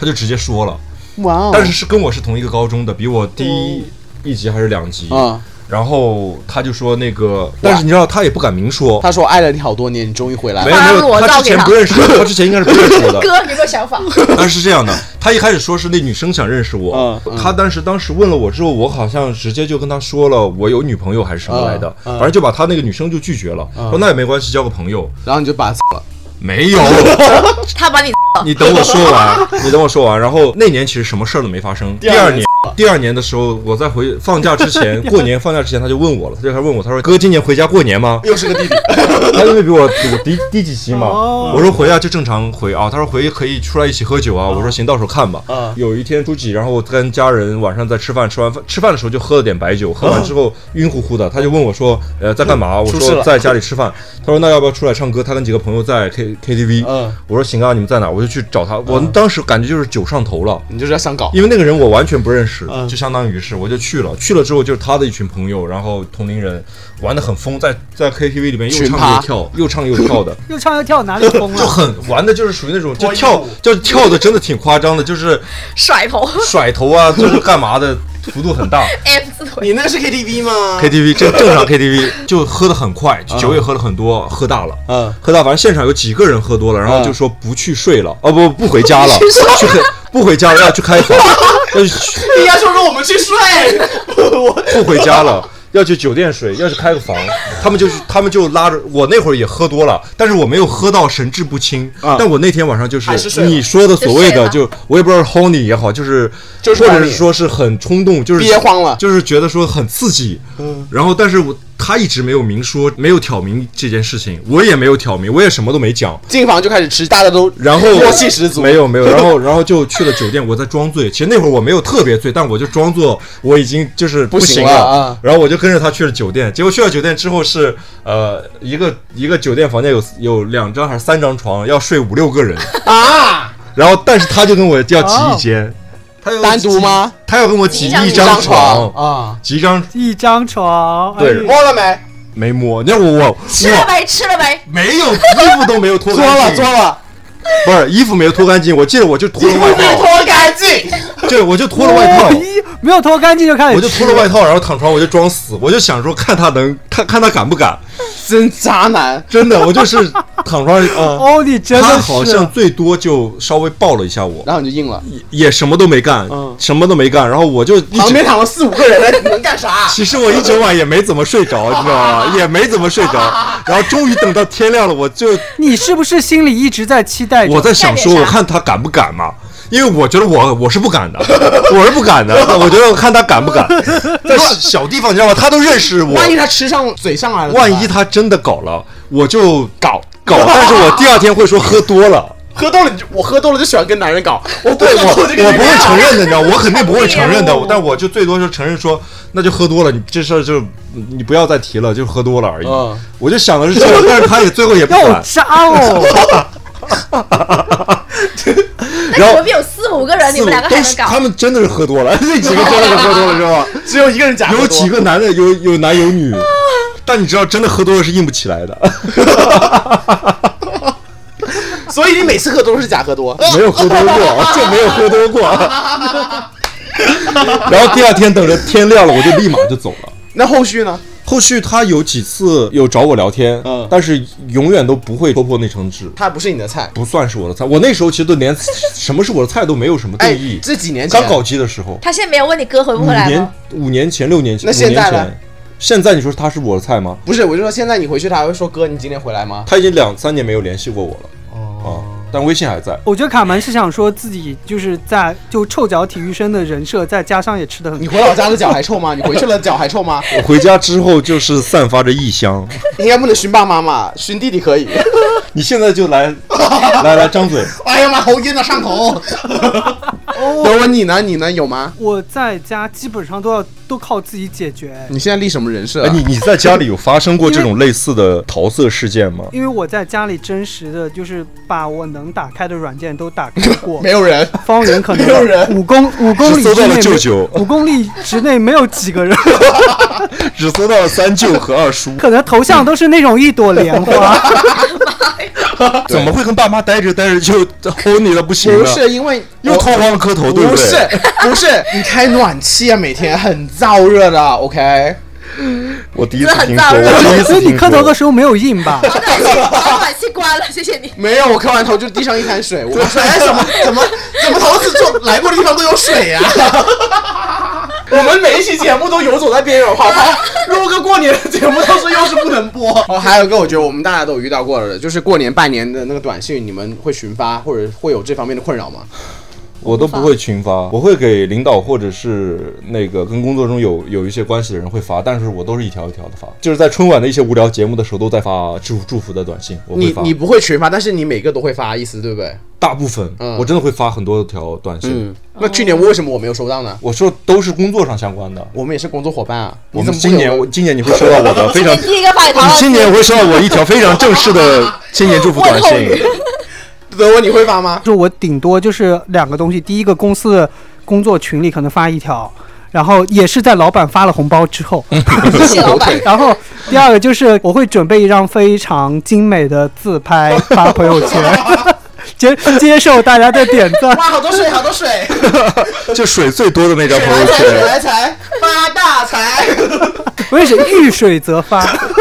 Speaker 3: 他就直接说了。
Speaker 2: 哇哦！
Speaker 3: 但是是跟我是同一个高中的，比我低一级还是两级。
Speaker 2: 啊，
Speaker 3: 然后他就说那个，但是你知道他也不敢明说，
Speaker 2: 他说我爱了你好多年，你终于回来
Speaker 3: 没
Speaker 2: 了。
Speaker 3: 有没
Speaker 5: 发
Speaker 3: 有，
Speaker 5: 裸照
Speaker 3: 他之前
Speaker 5: 给他
Speaker 3: 不认识我，他之前应该是不认识
Speaker 5: (laughs)
Speaker 3: 我的。
Speaker 5: 哥，你有没有
Speaker 3: (laughs)
Speaker 5: 想法？
Speaker 3: 但是这样的，他一开始说是那女生想认识我
Speaker 2: 嗯，嗯
Speaker 3: 他当时当时问了我之后，我好像直接就跟他说了我有女朋友还是什么来的，
Speaker 2: 嗯嗯嗯
Speaker 3: 反正就把他那个女生就拒绝了，说那也没关系，交个朋友。
Speaker 2: 然后你就把他了。
Speaker 3: 没有，
Speaker 5: 他把你
Speaker 3: (laughs) 你等我说完， (laughs) 你等我说完。然后那年其实什么事儿都没发生。第
Speaker 2: 二
Speaker 3: 二
Speaker 2: 年
Speaker 3: 年，第二年的时候，我在回放假之前，
Speaker 2: (laughs)
Speaker 3: 过年放假之前，他就问我了，他就开始问我，他说：“哥，今年回家过年吗
Speaker 2: 又是个弟弟。？”
Speaker 3: (laughs) 他因为比我我低低几级嘛，
Speaker 4: 哦
Speaker 3: 我说回啊就正常回啊。他说回可以出来一起喝酒啊。我说行，到时候看吧。
Speaker 2: 哦嗯
Speaker 3: 有一天初几，然后我跟家人晚上在吃饭，吃完饭吃饭的时候就喝了点白酒，喝完之后晕乎乎的，他就问我说：“呃，在干嘛？”我
Speaker 2: 嗯出事了
Speaker 3: 说在家里吃饭。他说：“那要不要出来唱歌？”他跟几个朋友在 K K T V。
Speaker 2: 嗯
Speaker 3: 我说行啊，你们在哪？我就去找他。我当时感觉就是酒上头了。
Speaker 2: 你就是要想搞
Speaker 3: 因为那个人我完全不认识
Speaker 2: 嗯，
Speaker 3: 就相当于是我就去了，去了之后就是他的一群朋友，然后同龄人玩的很疯，在在 KTV 里面又
Speaker 2: 群
Speaker 3: 唱
Speaker 2: 趴
Speaker 3: 又跳，又唱又跳的，
Speaker 4: (laughs) 又唱又跳，哪里疯
Speaker 3: (laughs) 就
Speaker 4: 了？
Speaker 3: 很玩的就是属于那种就
Speaker 2: 脱衣
Speaker 3: 跳
Speaker 2: 舞
Speaker 3: 就跳的真的挺夸张的，就是
Speaker 5: 甩头
Speaker 3: 甩头啊， (laughs) 就是干嘛的幅度很大。
Speaker 5: ，F 字腿，
Speaker 2: 你那是 KTV 吗
Speaker 3: KTV 正正常 KTV 就喝的很快，酒也喝了很多，喝大了。
Speaker 2: 嗯
Speaker 3: 喝大，反正现场有几个人喝多了，然后就说不去睡了，哦不不回家了，去开不回家了，要去开房，要去
Speaker 2: 你要说说我们去睡，我
Speaker 3: 不回家了。 (laughs) 要去酒店睡，要去开个房，他们就他们就拉着我那会儿也喝多了，但是我没有喝到神志不清。
Speaker 2: 啊
Speaker 3: 但我那天晚上就
Speaker 2: 还是睡
Speaker 3: 是
Speaker 2: 了
Speaker 3: 你说的所谓的，
Speaker 5: 就
Speaker 3: 就我也不知道是 horny 也好，就是
Speaker 2: 就是
Speaker 3: 或者
Speaker 2: horny
Speaker 3: 是说是很冲动，就是
Speaker 2: 憋慌了嗯
Speaker 3: 就是觉得说很刺激。然后但是我他一直没有明说，没有挑明这件事情，我也没有挑明，我也什么都没讲。
Speaker 2: (laughs) 进房就开始吃，大家都
Speaker 3: 然后
Speaker 2: 默契十足。
Speaker 3: 没有没有，然
Speaker 2: (laughs)
Speaker 3: 后然后就去了酒店，我在装醉。其实那会儿我没有特别醉，但我就装作我已经就是
Speaker 2: 不行
Speaker 3: 行
Speaker 2: 了啊
Speaker 3: 然后我就跟着他去了酒店，结果去了酒店之后是呃一个一个酒店房间有有两张还是三张床，要睡五六个
Speaker 2: (laughs)
Speaker 3: 人。
Speaker 2: 啊，
Speaker 3: 然后但是他就跟我要挤一间，他要
Speaker 2: 哦单独吗？
Speaker 3: 他要跟我挤
Speaker 5: 挤一
Speaker 3: 一
Speaker 5: 张
Speaker 3: 张
Speaker 2: 床
Speaker 3: 床，
Speaker 2: 啊，
Speaker 3: 挤一张
Speaker 4: 一张床，
Speaker 3: 对
Speaker 4: 哎
Speaker 2: 摸了没？
Speaker 3: 没摸，那我我
Speaker 5: 吃了
Speaker 3: 我
Speaker 5: 没？吃了没？
Speaker 3: 没有衣服都没有脱
Speaker 2: 做 (laughs)
Speaker 3: 干
Speaker 2: 了
Speaker 3: 净，
Speaker 2: 做了，
Speaker 3: 不是衣服没有脱干净，我记得我就脱了外套，
Speaker 2: 脱干净。
Speaker 3: 对，我就脱了外套
Speaker 4: 哦。一没有脱干净就开始
Speaker 3: 我就
Speaker 4: 吃
Speaker 3: 脱了外套，然后躺床，我就装死，我就想说看他能看看他敢不敢，
Speaker 2: 真渣男，
Speaker 3: 真的，我就是 (laughs) 躺床啊。
Speaker 4: 哦，你真
Speaker 3: 他
Speaker 4: 的
Speaker 3: 好
Speaker 4: 是
Speaker 3: 像最多就稍微抱了一下我，
Speaker 2: 然后你就硬了，
Speaker 3: 也什么都没干
Speaker 2: 嗯，
Speaker 3: 什么都没干。然后我就一
Speaker 2: 旁边
Speaker 3: 直，
Speaker 2: 躺了四五个人，能干啥？
Speaker 3: 其实我一整晚也没怎么睡着，你知道吗？也没怎么睡着。然后终于等到天亮了，我就
Speaker 4: 你是不是心里一直在期待着？
Speaker 3: 我在想说，
Speaker 5: 干点啥
Speaker 3: 我看他敢不敢嘛。因为我觉得我我是不敢的，我是不敢的。我觉得我看他敢不敢，在小地方你知道吗？他都认识我，
Speaker 2: 万一他吃上嘴上来了，
Speaker 3: 万一
Speaker 2: 他
Speaker 3: 他真的搞了，我就搞搞，但是我第二天会说喝多了，
Speaker 2: 喝多了，你就我喝多了就喜欢跟男人搞，我不
Speaker 3: 对
Speaker 2: 喝
Speaker 3: 我我
Speaker 2: 多了
Speaker 3: 不
Speaker 2: 就跟男人
Speaker 3: 会承认的，你知道，我肯定不会承认
Speaker 5: 哎
Speaker 3: 的
Speaker 5: 呦，
Speaker 3: 但我就最多就承认说，那就喝多了，你这事儿就你不要再提了，就喝多了而已
Speaker 2: 嗯。
Speaker 3: 我就想的是这个，但是他也最后也不
Speaker 4: 要
Speaker 3: 管，
Speaker 4: 渣哦，
Speaker 5: 那
Speaker 3: 然后
Speaker 5: 隔壁有四五个人，你
Speaker 3: 四
Speaker 5: 们
Speaker 3: 五
Speaker 5: 两个还
Speaker 3: 都
Speaker 5: 能
Speaker 3: 是
Speaker 5: 搞？
Speaker 3: 他们真的是喝多了， (laughs) 那几个真的是喝多了，知道吗？
Speaker 2: (laughs) 只有一个人假喝多
Speaker 3: 有几个男的，有有男有女，但你知道，真的喝多了是硬不起来的。
Speaker 2: 所以你每次喝都是假喝多。
Speaker 3: 没有喝多
Speaker 2: (laughs)
Speaker 3: 过，就没有喝多过。然后第二天等着天亮了，我就立马就走了。
Speaker 2: 那后续呢？
Speaker 3: 后续他有几次有找我聊天，
Speaker 2: 嗯
Speaker 3: 但是永远都不会戳破那层纸，
Speaker 2: 他不是你的菜。
Speaker 3: 不算是我的菜。我那时候其实都连什么是我的菜都没有什么定
Speaker 2: 哎
Speaker 3: 义，。
Speaker 2: 这几年前
Speaker 3: 刚搞基的时候，
Speaker 5: 他现在没有问你哥回不
Speaker 3: 五
Speaker 5: 回来
Speaker 3: 年
Speaker 5: 吗？
Speaker 3: 五年前六年前，
Speaker 2: 那
Speaker 3: 五
Speaker 2: 现在
Speaker 3: 年
Speaker 2: 呢
Speaker 3: 前，现在你说他是我的菜吗？
Speaker 2: 不是，我就说现在你回去，他还会说哥，你今天回来吗？
Speaker 3: 他已经两三年没有联系过我了。哦、啊，但微信还在。
Speaker 4: 我觉得卡门是想说自己就是在就臭脚体育生的人设，再加上也吃的很
Speaker 2: 你。回老家的脚还臭吗？你回去了脚还臭吗？
Speaker 3: 我回家之后就是散发着异香。
Speaker 2: (laughs) 应该不能熏爸妈嘛，熏弟弟可以。
Speaker 3: 你现在就 (laughs) 来，来来张嘴，
Speaker 2: 哎呀妈，好晕啊，上头。 (laughs) 等我你呢？你呢？有吗？
Speaker 4: 我在家基本上都要都靠自己解决，
Speaker 2: 你现在立什么人设、
Speaker 3: 哎，
Speaker 2: 啊？
Speaker 3: 你你在家里有发生过这种类似的桃色事件吗？
Speaker 4: 因为我在家里真实的就是把我能打开的软件都打开过。
Speaker 2: (laughs) 没有人。
Speaker 4: 方圆可能
Speaker 2: 没有人
Speaker 4: 五公五公
Speaker 3: 只
Speaker 4: 里
Speaker 3: 搜
Speaker 4: 之
Speaker 3: 到
Speaker 4: 内
Speaker 3: 了
Speaker 4: 没有，
Speaker 3: 舅舅
Speaker 4: 五公里之内没有几个人，
Speaker 3: 只搜到了三舅和二 (laughs) 叔，
Speaker 4: 可能头像都是那种一朵莲花。
Speaker 3: 怎么会跟爸妈待着待着就 (laughs) 齁你了不行
Speaker 2: 不
Speaker 3: 呢？
Speaker 2: 是因为
Speaker 3: 又
Speaker 2: 我
Speaker 3: 脱光了磕头，对
Speaker 2: 不
Speaker 3: 对？
Speaker 2: 是不是，你开暖气啊，每天很燥热的，OK。
Speaker 3: 我第一次听
Speaker 5: 这
Speaker 3: 说，
Speaker 5: 很
Speaker 3: 我第一
Speaker 4: 所
Speaker 3: 次
Speaker 4: 以你
Speaker 3: 听
Speaker 4: 磕头的
Speaker 3: 说。
Speaker 4: 时候没有印吧？
Speaker 5: 把暖气把暖气关了，谢谢你。
Speaker 2: 没有，我磕完头就地上一滩水，我妈说哎怎么怎么怎么头子就来过的地方都有水呀、 (laughs) 我们每一期节目都游走在边 (laughs) 缘，好吧？录个过年的节目，到时候又是不能播。 (laughs) 哦，还有一个我觉得我们大家都有遇到过的，就是过年拜年的那个短信，你们会群发或者会有这方面的困扰吗？
Speaker 3: (laughs) 我都不会群发，我会给领导或者是那个跟工作中有有一些关系的人会发，但是我都是一条一条的发，就是在春晚的一些无聊节目的时候都在发祝祝福的短信，我会
Speaker 2: 你
Speaker 3: 发。
Speaker 2: 你不会群发，但是你每个都会发一丝，对不对？
Speaker 3: 大部分
Speaker 2: 嗯
Speaker 3: 我真的会发很多条短信，，
Speaker 2: 那去年为什么我没有收到呢？
Speaker 3: 我说都是工作上相关的。
Speaker 2: 我们也是工作伙伴啊，
Speaker 3: 我
Speaker 2: 你怎
Speaker 3: 们
Speaker 2: 么
Speaker 3: 今
Speaker 2: 不会
Speaker 3: 年
Speaker 2: 有
Speaker 3: 我今年你会收到我的
Speaker 5: (laughs)
Speaker 3: 非常
Speaker 5: 你第一个拜堂
Speaker 3: 你
Speaker 5: 了，
Speaker 3: 今年会收到我一条非常正式
Speaker 5: (laughs)
Speaker 3: 的新年祝福短信。
Speaker 2: 德文你会发吗？
Speaker 4: 就是我顶多就是两个东西，第一个公司工作群里可能发一条，然后也是在老板发了红包之后，
Speaker 5: 嗯
Speaker 4: (laughs)
Speaker 5: 谢谢老板。
Speaker 4: 然后第二个就是我会准备一张非常精美的自拍发朋友圈， (laughs) 接接受大家的点赞。
Speaker 2: 哇，好多水，好多 (laughs) 水，
Speaker 3: 就水最多的那张朋友
Speaker 2: 财水
Speaker 3: 圈，
Speaker 2: 来财，发大财。
Speaker 4: 我也是遇水则发，
Speaker 2: (laughs)
Speaker 4: (laughs)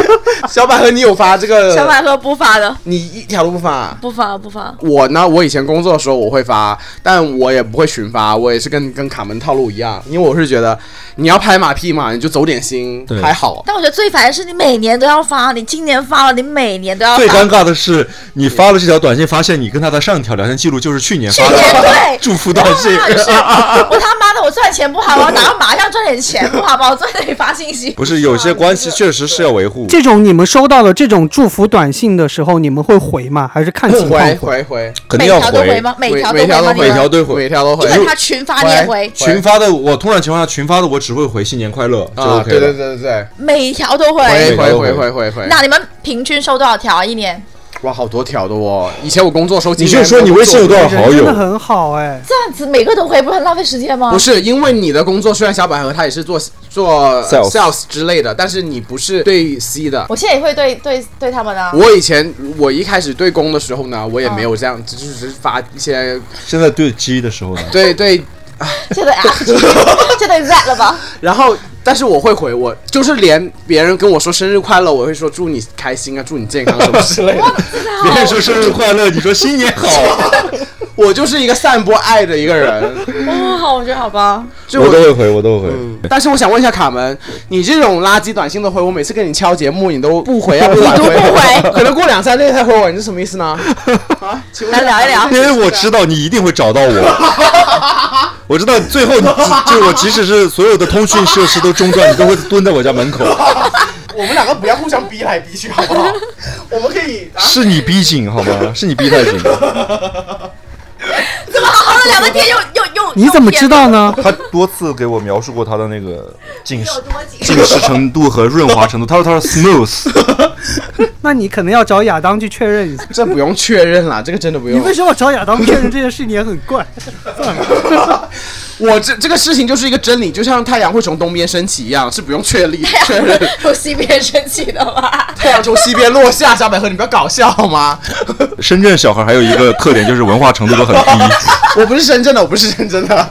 Speaker 2: 小百合，你有发这个？
Speaker 5: 小百合不发的，
Speaker 2: 你一条都不发。啊
Speaker 5: 不发不发。
Speaker 2: 我呢，我以前工作的时候我会发，但我也不会群发，我也是跟跟卡门套路一样，因为我是觉得你要拍马屁嘛，你就走点心，
Speaker 3: 对
Speaker 2: 还好。
Speaker 5: 但我觉得最烦的是你每年都要发，你今年发了，你每年都要
Speaker 3: 最
Speaker 5: 发。
Speaker 3: 尴尬的是，你发了这条短信，发现你跟他的上一条聊天记录就是去年
Speaker 5: 去
Speaker 3: 发
Speaker 5: 年
Speaker 3: 的
Speaker 5: 对
Speaker 3: 祝福短信。
Speaker 5: 啊 (laughs)
Speaker 3: (laughs)
Speaker 5: 是我他妈的，我赚钱不好吗？我哪要马上赚点钱不好吗？啊我赚点发信息。
Speaker 3: 不是有些关系确实是要维护，
Speaker 4: 这种你们收到了这种祝福短信的时候，你们会回吗？还是看情况
Speaker 2: 回？回回，
Speaker 3: 肯
Speaker 5: 每
Speaker 3: 定要
Speaker 5: 条都回吗？每条
Speaker 2: 每
Speaker 5: 回吗？
Speaker 2: 都
Speaker 5: 你
Speaker 2: 回，
Speaker 5: 们
Speaker 3: 每条都回
Speaker 2: 每条都
Speaker 5: 基
Speaker 2: 回。
Speaker 5: 本他群发你也回，
Speaker 3: 群发的我通常情况下群发的我只会回新年快乐就
Speaker 2: 啊，
Speaker 3: OK
Speaker 2: 对对
Speaker 3: 了。
Speaker 2: 对对对，
Speaker 5: 每条都回。
Speaker 2: 回
Speaker 3: 每条
Speaker 2: 回
Speaker 3: 都
Speaker 2: 回
Speaker 3: 回
Speaker 2: 回回回。
Speaker 5: 那你们平均收多少条啊？一年？
Speaker 2: 哇，好多条的哦！以前我工作的时候，
Speaker 3: 你就说你微信有多少好
Speaker 4: 人真的
Speaker 3: 友？
Speaker 4: 很好哎，
Speaker 5: 这样子每个都回，不是很浪费时间吗？
Speaker 2: 啊不，是因为你的工作，虽然小百合她也是做做
Speaker 3: Sales
Speaker 2: 之类的，但是你不是对 C 的。
Speaker 5: 我现在也会对对对他们啊。
Speaker 2: 我以前我一开始对公的时候呢，我也没有这样，只是只是发一
Speaker 3: (laughs)
Speaker 2: 些
Speaker 3: 现在对鸡的时候呢？
Speaker 2: 对对，
Speaker 5: 现在啊， (laughs) 现在 rap 了吧？
Speaker 2: 然后但是我会回我，就是连别人跟我说生日快乐，我会说祝你开心啊，祝你健康什
Speaker 3: (laughs)
Speaker 2: 么之类的。
Speaker 3: 别人说生日快乐，你说新年好，
Speaker 2: 我就是一个散播爱的一个人，
Speaker 3: (laughs)
Speaker 5: 哦， (laughs) 好，我觉得好吧。
Speaker 2: 就
Speaker 3: 我都会回，我都会回。
Speaker 2: 但是我想问一下卡门，你这种垃圾短信的回，我每次跟你敲节目，你 (laughs) 都不回啊，不挽
Speaker 5: 你
Speaker 2: 回，
Speaker 5: 都不回
Speaker 2: 可能过两三天才回我，你是什么意思呢？ (laughs) 啊，请问
Speaker 5: 来聊一聊
Speaker 3: 因为我知道你一定会找到我，我知道最后你就是我，即使是所有的通讯设施都中断，你都会蹲在我家门口，
Speaker 2: (laughs) 我们两个不要互相逼来逼去，好不好？我们可以啊，
Speaker 3: 是你逼紧好吗？是你逼太紧，
Speaker 5: 怎么 (laughs) 好好的聊个天又又又？
Speaker 4: 你怎么知道
Speaker 5: 呢？
Speaker 4: 呢？
Speaker 3: 他多次给我描述过他的那个紧实
Speaker 5: 有多紧？
Speaker 3: 紧实程度和润滑程度，他说他是 smooth，
Speaker 4: 那你可能要找亚当去确认一下。
Speaker 2: (laughs) 这不用确认啦，这个真的不
Speaker 4: 你
Speaker 2: 用。
Speaker 4: 为什么要找亚当确认这件事情也很怪？
Speaker 2: 我这这个事情就是一个真理，就像太阳会从东边升起一样，是不用确 (laughs) 立确认。
Speaker 5: 有西边生气的吧？
Speaker 2: 太阳从西边落下，小百合，你不要搞笑好吗？
Speaker 3: (laughs) 深圳小孩还有一个特点就是文化程度都很低，
Speaker 2: (laughs) 我不是深圳的，我不是深圳的。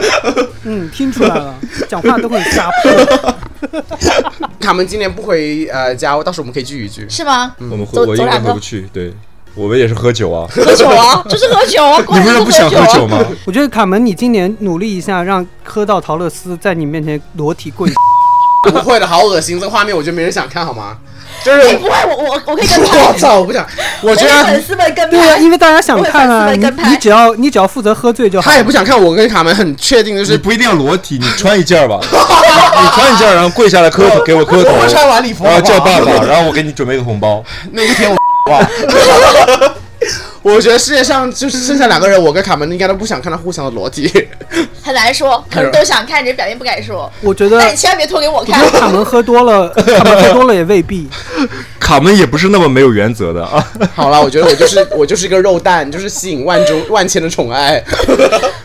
Speaker 4: 嗯，听出来 (laughs) 了，讲话都很撒泼。
Speaker 2: (laughs) 卡门今年不回呃家，到时候我们可以聚一聚。
Speaker 5: 是吗？
Speaker 3: 我们
Speaker 5: 走走两个
Speaker 3: 去，对我们也是喝酒啊，
Speaker 5: 喝酒啊，就是喝酒啊，
Speaker 3: (laughs)
Speaker 5: 过
Speaker 3: 你
Speaker 5: 年
Speaker 3: 不是
Speaker 5: 就
Speaker 3: 不想喝
Speaker 5: 啊
Speaker 3: 酒吗？
Speaker 4: 我觉得卡门，你今年努力一下，让科道陶乐斯在你面前裸体跪。
Speaker 2: 不会的，好恶心，这个画面我觉得没人想看好吗？ (laughs) 就是
Speaker 5: 你不会，我我我可以跟拍
Speaker 2: 我，操，我不想，我
Speaker 5: 我
Speaker 2: 觉
Speaker 5: 给粉
Speaker 2: 得
Speaker 5: 丝们
Speaker 4: (laughs)
Speaker 5: 跟
Speaker 4: 对呀、
Speaker 5: 拍，
Speaker 4: 因为大家想看啊，
Speaker 5: 我也
Speaker 4: 你
Speaker 5: 粉丝们跟拍
Speaker 4: 你只要你只要负责喝醉就好。
Speaker 2: 他也不想看我跟卡门，很确定就
Speaker 3: 你
Speaker 2: 是
Speaker 3: 不一定要裸体，你穿一件儿吧， (laughs) 你穿一件儿，然后跪下来磕头，给我磕头，
Speaker 2: 我穿晚礼服
Speaker 3: 然后
Speaker 2: 好不好
Speaker 3: 叫爸爸，然后我给你准备个红包。
Speaker 2: (laughs) 那一天我 (laughs) 哇。 (laughs) 我觉得世界上就是剩下两个人，我跟卡门应该都不想看到互相的裸体。 (laughs)
Speaker 5: 很难说，可能都想看，只是表面不敢说。
Speaker 4: 我觉得
Speaker 5: 但你千万别拖给我
Speaker 4: 我觉
Speaker 5: 看
Speaker 4: 得，卡门喝多 (laughs) 了，卡门喝多了也未必。
Speaker 3: 卡门也不是那么没有原则的啊，
Speaker 2: 好了，我觉得我 (laughs) 就是我就是一个肉蛋，就是吸引万中万千的宠 (laughs) 爱。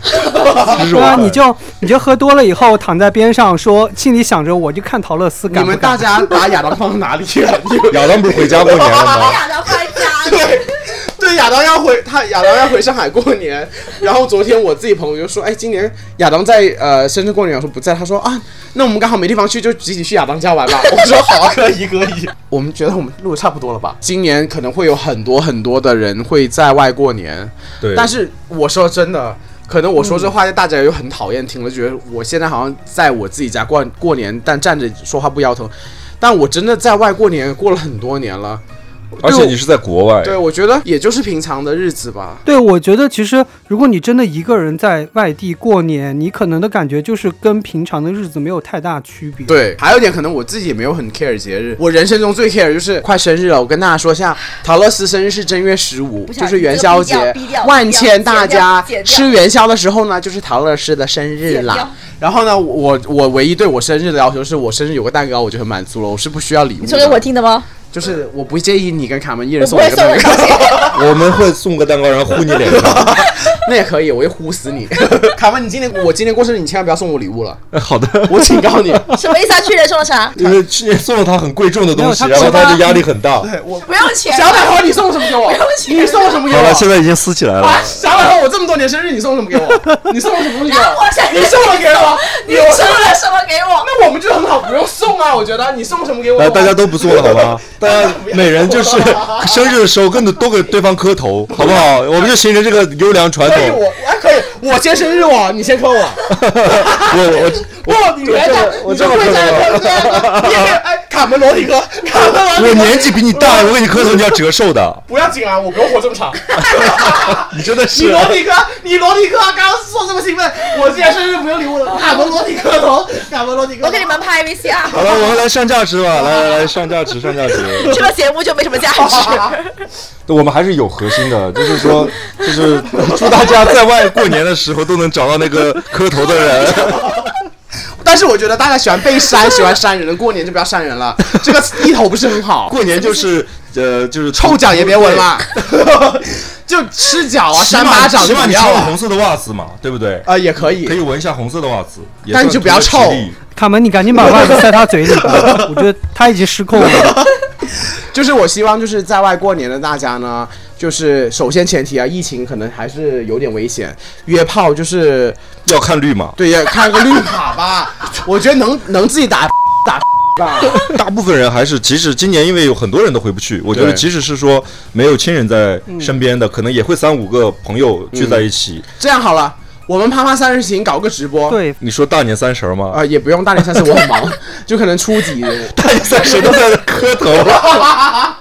Speaker 3: 这是
Speaker 4: 对
Speaker 3: 我
Speaker 4: 啊，你就你就喝多了以后躺在边上说，心里想着我就看陶乐斯
Speaker 2: 你
Speaker 4: 敢不
Speaker 2: 们大
Speaker 4: 敢。
Speaker 2: 家把亚当放哪里了？ (laughs) 你们
Speaker 3: (laughs) 亚当不是回家过年了
Speaker 5: 我 (laughs)
Speaker 3: 吗？
Speaker 5: 俩都放家里。
Speaker 2: 对对，亚当要回他亚当要回上海过年，然后昨天我自己朋友就说，哎，今年亚当在呃深圳过年，我说不在，他说啊，那我们刚好没地方去，就集体去亚当家玩吧。我说好啊，可以可以。 (laughs) 我们觉得我们录的差不多了吧？今年可能会有很多很多的人会在外过年，
Speaker 3: 对，
Speaker 2: 但是我说真的。可能我说这话，大家又很讨厌听了，觉得我现在好像在我自己家过过年，但站着说话不腰疼。但我真的在外过年过了很多年了，
Speaker 3: 而且
Speaker 2: 对
Speaker 3: 你是在国外，
Speaker 2: 对，我觉得也就是平常的日子吧。
Speaker 4: 对，我觉得其实如果你真的一个人在外地过年，你可能的感觉就是跟平常的日子没有太大区别。，
Speaker 2: 对，还有一点可能我自己也没有很 care 节日，我人生中最 care 就是快生日了。我跟大家说一下，陶乐斯生日是正月十五，
Speaker 5: 不想
Speaker 2: 就是元宵
Speaker 5: 这个
Speaker 2: 节
Speaker 5: 逼掉逼掉，
Speaker 2: 万千大家
Speaker 5: 剪掉剪掉
Speaker 2: 吃元宵的时候呢，就是陶乐斯的生日
Speaker 5: 剪
Speaker 2: 啦
Speaker 5: 掉。
Speaker 2: 然后呢，我我唯一对我生日的要求是我生日有个蛋糕，我就很满足了，我是不需要礼物的。
Speaker 5: 你说给我听的吗？
Speaker 2: 就是我不介意你跟卡门一人
Speaker 5: 我不
Speaker 2: 送我
Speaker 5: 会
Speaker 2: 一个
Speaker 5: 送
Speaker 2: 蛋
Speaker 5: 我
Speaker 2: 糕，
Speaker 5: 东西。
Speaker 3: 我们会送个蛋糕，然后呼你脸上。
Speaker 2: (laughs) 那也可以，我会呼死你。 (laughs) 卡门，你今年我今年过生日，你千万不要送我礼物了，
Speaker 3: 好 (laughs) 的，
Speaker 2: 我警告你。
Speaker 5: 什么意思啊？去年送了啥？
Speaker 3: 因为去年送了他很贵重的东西，
Speaker 4: 没有
Speaker 3: 然
Speaker 4: 他
Speaker 3: 后他就压力很大。
Speaker 2: 对我
Speaker 5: 不用钱，
Speaker 2: 小百合，你送什么给我？你送什么给
Speaker 3: 好
Speaker 2: 我
Speaker 3: 了，？现在已经撕起来
Speaker 5: 呃
Speaker 2: 啊，
Speaker 3: 了。
Speaker 2: 小百合，我这么多年生日，你送什么给
Speaker 5: (laughs)
Speaker 2: 我？你送了什么东西给
Speaker 5: 那我想
Speaker 2: 我？你送了给我，
Speaker 5: 你
Speaker 2: 有
Speaker 5: 送了什么给我？
Speaker 2: 那我们就很好，不用送啊。我觉得你送什么给我
Speaker 3: 来，，大家都不送了，好吧？大家每人就是生日的时候跟着都给对方磕头，好不好？我们就形成这个优良传
Speaker 2: 可以
Speaker 3: 统。
Speaker 2: 我哎可以，我先生日我，你先磕我。
Speaker 3: 我
Speaker 2: 不，你别的，
Speaker 3: 我
Speaker 2: 你就
Speaker 3: 这么
Speaker 2: 跪
Speaker 3: 磕
Speaker 2: 下来
Speaker 3: 头
Speaker 2: 磕你
Speaker 3: (laughs)
Speaker 2: 也可以哎，卡门罗里哥，卡门罗
Speaker 3: 我
Speaker 2: 里
Speaker 3: 我
Speaker 2: 哥
Speaker 3: 年纪比你大，我给你磕头，你要折寿的。
Speaker 2: 不要紧啊，我不用活这么长。
Speaker 3: 你真的
Speaker 2: 你
Speaker 3: 是，啊
Speaker 2: 罗里哥，你罗里哥刚刚说这么兴奋，我今年生日不用礼物了，卡门罗里磕头，卡门罗里磕头。
Speaker 5: 我给你们拍 VCR，
Speaker 3: 好了，我们来上价值吧，来来来，上价值，上价值。
Speaker 5: 这个节目就没什么价值。
Speaker 3: 我们还是有核心的，就是说，就是祝大家在外过年的时候都能找到那个磕头的人。
Speaker 2: 但是我觉得大家喜欢被扇，喜欢扇人的，过年就不要扇人了，这个意头不是很好。
Speaker 3: (laughs) 过年就是，呃，就是
Speaker 2: 臭脚也别闻了， (laughs) 就吃脚啊，
Speaker 3: 起码
Speaker 2: 扇巴掌
Speaker 3: 起
Speaker 2: 就
Speaker 3: 码
Speaker 2: 不
Speaker 3: 你穿
Speaker 2: 要
Speaker 3: 了
Speaker 2: 啊
Speaker 3: 红，色的袜子嘛，对不对？
Speaker 2: 呃也可以
Speaker 3: 可，以闻一下红色的袜子，也
Speaker 2: 但
Speaker 3: 算
Speaker 2: 你就不要
Speaker 3: 图个吉
Speaker 2: 臭
Speaker 3: 利
Speaker 4: 卡门，你赶紧把袜子塞
Speaker 2: (laughs)
Speaker 4: 他嘴里吧，我觉得他已经失控了。
Speaker 2: 就是我希望就是在外过年的大家呢，就是首先前提啊，疫情可能还是有点危险，约炮就是
Speaker 3: 要看绿码。
Speaker 2: 对呀，看个绿卡吧，
Speaker 3: (laughs)
Speaker 2: 我觉得能能自己打 (laughs) 打吧，
Speaker 3: (laughs) 大部分人还是，即使今年因为有很多人都回不去，我觉得
Speaker 2: 对
Speaker 3: 即使是说没有亲人在身边的，可能也会三五个朋友聚在一起。
Speaker 2: 这样好了，我们啪啪三人行搞个直播，
Speaker 4: 对，
Speaker 3: 你说大年三十儿吗？
Speaker 2: 啊、也不用大年三十，我很忙，就可能初几。
Speaker 3: (laughs) 大年三十都在那磕头，啊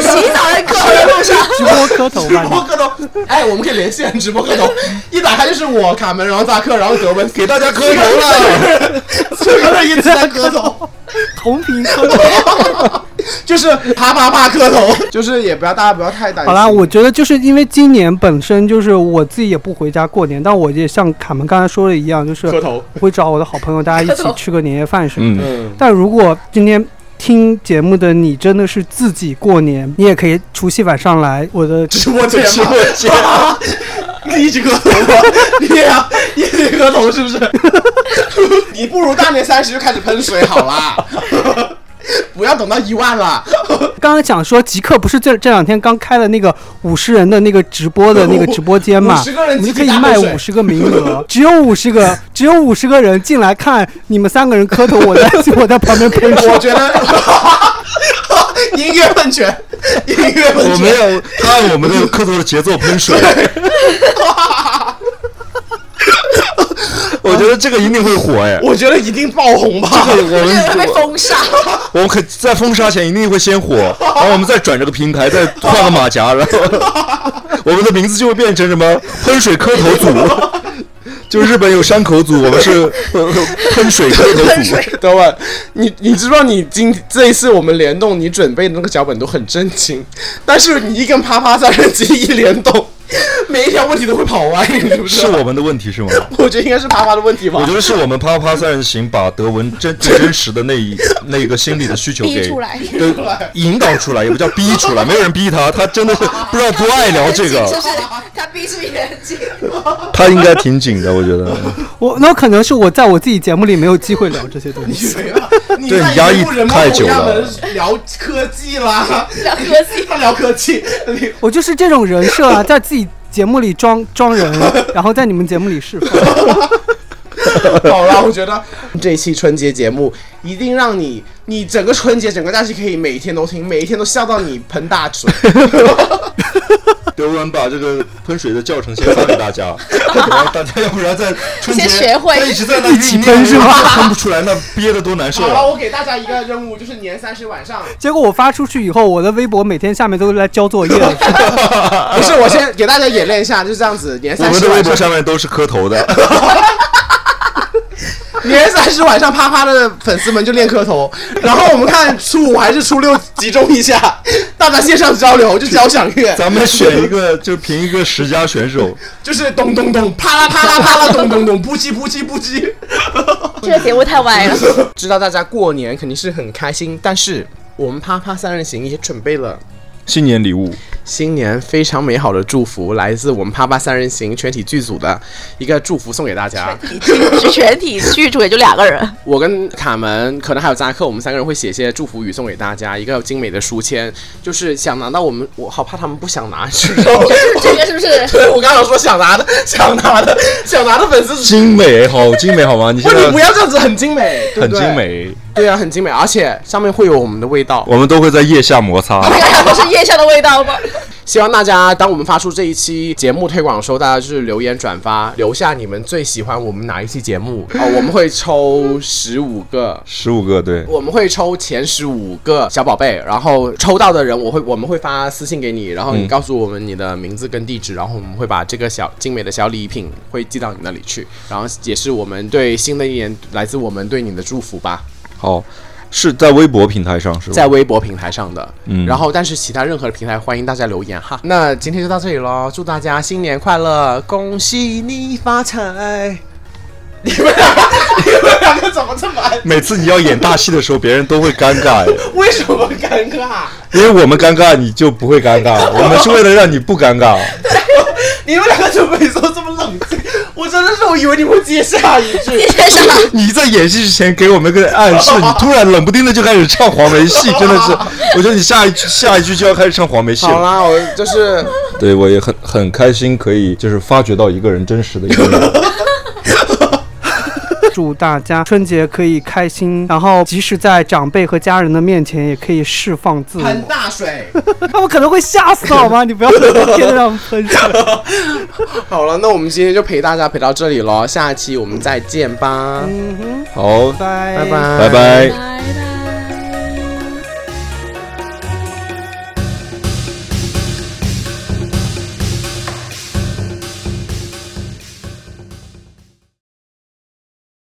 Speaker 5: 洗澡的课的路上，
Speaker 4: 直播磕头
Speaker 2: 直
Speaker 4: 吧你
Speaker 2: 播。磕头， (laughs) 哎，我们可以连线直播磕头，一打开就是我卡门，然后扎克，然后德文，
Speaker 3: 给大家磕头了。
Speaker 2: 四个人一直在磕头，
Speaker 4: 同频磕头。
Speaker 2: 就是啪啪啪磕头，就是也不要大家不要太担心。
Speaker 4: 好啦，我觉得就是因为今年本身就是我自己也不回家过年，但我也像卡门刚才说的一样，就是
Speaker 2: 磕头，
Speaker 4: 会找我的好朋友，大家一起
Speaker 5: 磕头
Speaker 4: 吃个
Speaker 2: (laughs)
Speaker 4: 年夜饭什么的。
Speaker 3: 嗯，
Speaker 2: 嗯，
Speaker 4: 但如果今天听节目的你真的是自己过年，你也可以除夕晚上来我的
Speaker 2: 直播间
Speaker 3: 直播间
Speaker 2: 嘛，你一直磕头吗？你呀，一直磕头是不是？你不如大年三十就开始喷水好啦，不要等到一万了。
Speaker 4: 刚刚讲说极客不是这这两天刚开了那个五十人的那个直
Speaker 2: (laughs)
Speaker 4: 播的那个直播间嘛，
Speaker 2: 50个人
Speaker 4: 我们就可
Speaker 2: 集体
Speaker 4: 以
Speaker 2: 打
Speaker 4: 卖
Speaker 2: 口水
Speaker 4: 五十个名额， (laughs) 只有五十个，只有五十个人进来看你们三个人磕头，我在 (laughs) 我在旁边喷水
Speaker 2: (laughs) 我。觉得音乐喷泉，音乐喷
Speaker 3: 我们
Speaker 2: 泉，
Speaker 3: 要按我们的磕头的节奏喷水。 (laughs) 我觉得这个一定会火哎。
Speaker 2: 我觉得一定爆红吧。
Speaker 3: 这个我
Speaker 5: 这个
Speaker 3: 们
Speaker 5: 被封杀，
Speaker 3: 我们可在封杀前一定会先火，然后我们再转这个平台，再换个马甲，
Speaker 5: (laughs)
Speaker 3: 然后我们的名字就会变成什么喷水磕头
Speaker 5: (laughs)
Speaker 3: 组。就日本有山口组，我们是呃喷水磕
Speaker 5: (laughs)
Speaker 3: 头组。
Speaker 2: (laughs) 等会儿，你你知不知道你今这一次我们联动，你准备的那个脚本都很正经，但是你一跟啪啪三人机一联动， (laughs) 每一条问题都会跑歪，你知不知
Speaker 3: 是
Speaker 2: 道？
Speaker 3: 我们的问题是吗？
Speaker 2: 我觉得应该是啪啪的问题吧
Speaker 3: 我。觉得是我们啪啪三人行把德文
Speaker 5: (laughs)
Speaker 3: 真最真实的那一那个心理的需求
Speaker 5: 逼
Speaker 3: 给
Speaker 5: 出来
Speaker 3: 对引导出来，也不叫逼出来，没有人逼他，他真的是不知道多爱聊这
Speaker 5: (laughs) 就
Speaker 3: 个，
Speaker 5: 是他必须严谨。
Speaker 3: 他应该挺紧的，我觉得。
Speaker 4: 我那可能是我在我自己节目里没有机会聊这些东西。 (laughs)
Speaker 2: 你
Speaker 3: 对
Speaker 2: 在
Speaker 3: 压抑
Speaker 2: 一路人猫
Speaker 3: 太
Speaker 2: 狗
Speaker 3: 久
Speaker 2: 家
Speaker 3: 了
Speaker 2: 门聊科技啦，
Speaker 5: 聊科技
Speaker 2: 他聊科技，你
Speaker 4: 我就是这种人设啊，在自己节目里装装
Speaker 2: (laughs)
Speaker 4: 人，然后在你们节目里释放。
Speaker 2: (laughs) 好了，我觉得这一期春节节目一定让你，你整个春节整个假期可以每天都听，每一天都笑到你喷大水。
Speaker 3: 德文把这个喷水的教程先发给大家， (laughs) 然后大家要不然在春节
Speaker 5: 先学会
Speaker 3: 他一直在那
Speaker 4: 一起
Speaker 3: 念
Speaker 4: 喷是吧
Speaker 3: 喷不出来，那憋得多难受
Speaker 2: (laughs) 好了，
Speaker 3: 啊！
Speaker 2: 我给大家一个任务，就是年三十晚上，
Speaker 4: 结果我发出去以后，我的微博每天下面都是来交作业的。
Speaker 2: 不是我先给大家演练一下，就是这样子，年
Speaker 3: 我
Speaker 2: 三
Speaker 3: 们
Speaker 2: 十
Speaker 3: 的微
Speaker 2: 晚
Speaker 3: 博
Speaker 2: 上。
Speaker 3: 下面都是磕头的，
Speaker 2: 年三十晚上啪啪的粉丝们就练磕头，然后我们看初五还是初六集中一下，大家线上交流就交响乐，
Speaker 3: 咱们选一个，就评一个十佳选手，
Speaker 2: 就是咚咚咚，啪啦啪啦啪啦咚咚咚，不叽不叽不叽。
Speaker 5: 这个节目太歪 (laughs) 了，
Speaker 2: (laughs) 知道大家过年肯定是很开心，但是我们啪啪三人行也准备了。
Speaker 3: (laughs) 新年礼物。
Speaker 2: 新年非常美好的祝福，来自我们啪啪三人行全体剧组的一个祝福送给大
Speaker 3: (laughs)
Speaker 2: 家。
Speaker 5: 是全体剧组也就两个人，
Speaker 2: 我跟卡门，可能还有扎克，我们三个人会写一些祝福语送给大家，一个精美的书签，就是想拿到我们，我好怕他们不想拿，是不是？
Speaker 3: (laughs)
Speaker 5: 这个是不是？
Speaker 2: 对，我刚刚说想拿的，想拿的，想拿的粉丝是，
Speaker 3: 精美好，精美好吗？你现
Speaker 2: 不，你不
Speaker 3: 在
Speaker 2: 要这样子，很精美，对
Speaker 3: 很
Speaker 2: 不对
Speaker 3: 精，美，
Speaker 2: 对啊，很精美，而且上面会有我们的味道。
Speaker 3: 我们都会在腋下摩擦。
Speaker 5: (laughs) 这个还不是夜宵的味道吗？
Speaker 2: 希望大家，当我们发出这一期节目推广的时候，大家就是留言转发，留下你们最喜欢我们哪一期节目哦，我们会抽十五个
Speaker 3: 十五个，对，
Speaker 2: 我们会抽前十五个小宝贝，然后抽到的人，我会我们会发私信给你，然后你告诉我们你的名字跟地址，然后我们会把这个小精美的小礼品会寄到你那里去，然后也是我们对新的一年来自我们对你的祝福吧，
Speaker 3: 好，是在微博平台上是吧？
Speaker 2: 在微博平台上的，
Speaker 3: 嗯
Speaker 2: 然后但是其他任何平台欢迎大家留言哈。那今天就到这里喽，祝大家新年快乐，恭喜你发财。你们两个，你们两个怎么这么爱？
Speaker 3: 每次你要演大戏的时候，别人都会尴尬，哎
Speaker 2: 为什么尴尬？
Speaker 3: 因为我们尴尬，你就不会尴尬。我们是为了让你不尴尬。
Speaker 2: 你们两个怎么每次都这么冷静？我真的是我以为你会接下一句。
Speaker 5: 先生，
Speaker 3: 你在演戏之前给我们个暗示，你突然冷不丁的就开始唱黄梅戏，真的是，我觉得你下一句下一句就要开始唱黄梅戏
Speaker 2: (laughs) 好
Speaker 3: 了。
Speaker 2: 啦，我就是
Speaker 3: 对，我也很很开心，可以就是发掘到一个人真实的一面。
Speaker 4: 祝大家春节可以开心，然后即使在长辈和家人的面前，也可以释放自我。
Speaker 2: 大水。
Speaker 4: (laughs) 他们可能会吓死好吗？你不要天天让他们喷水。
Speaker 2: 好了，那我们今天就陪大家陪到这里喽，下期我们再见吧，
Speaker 4: 嗯哼，
Speaker 3: 好，
Speaker 4: (laughs) 拜
Speaker 2: 拜拜，
Speaker 3: 拜拜。
Speaker 5: 哎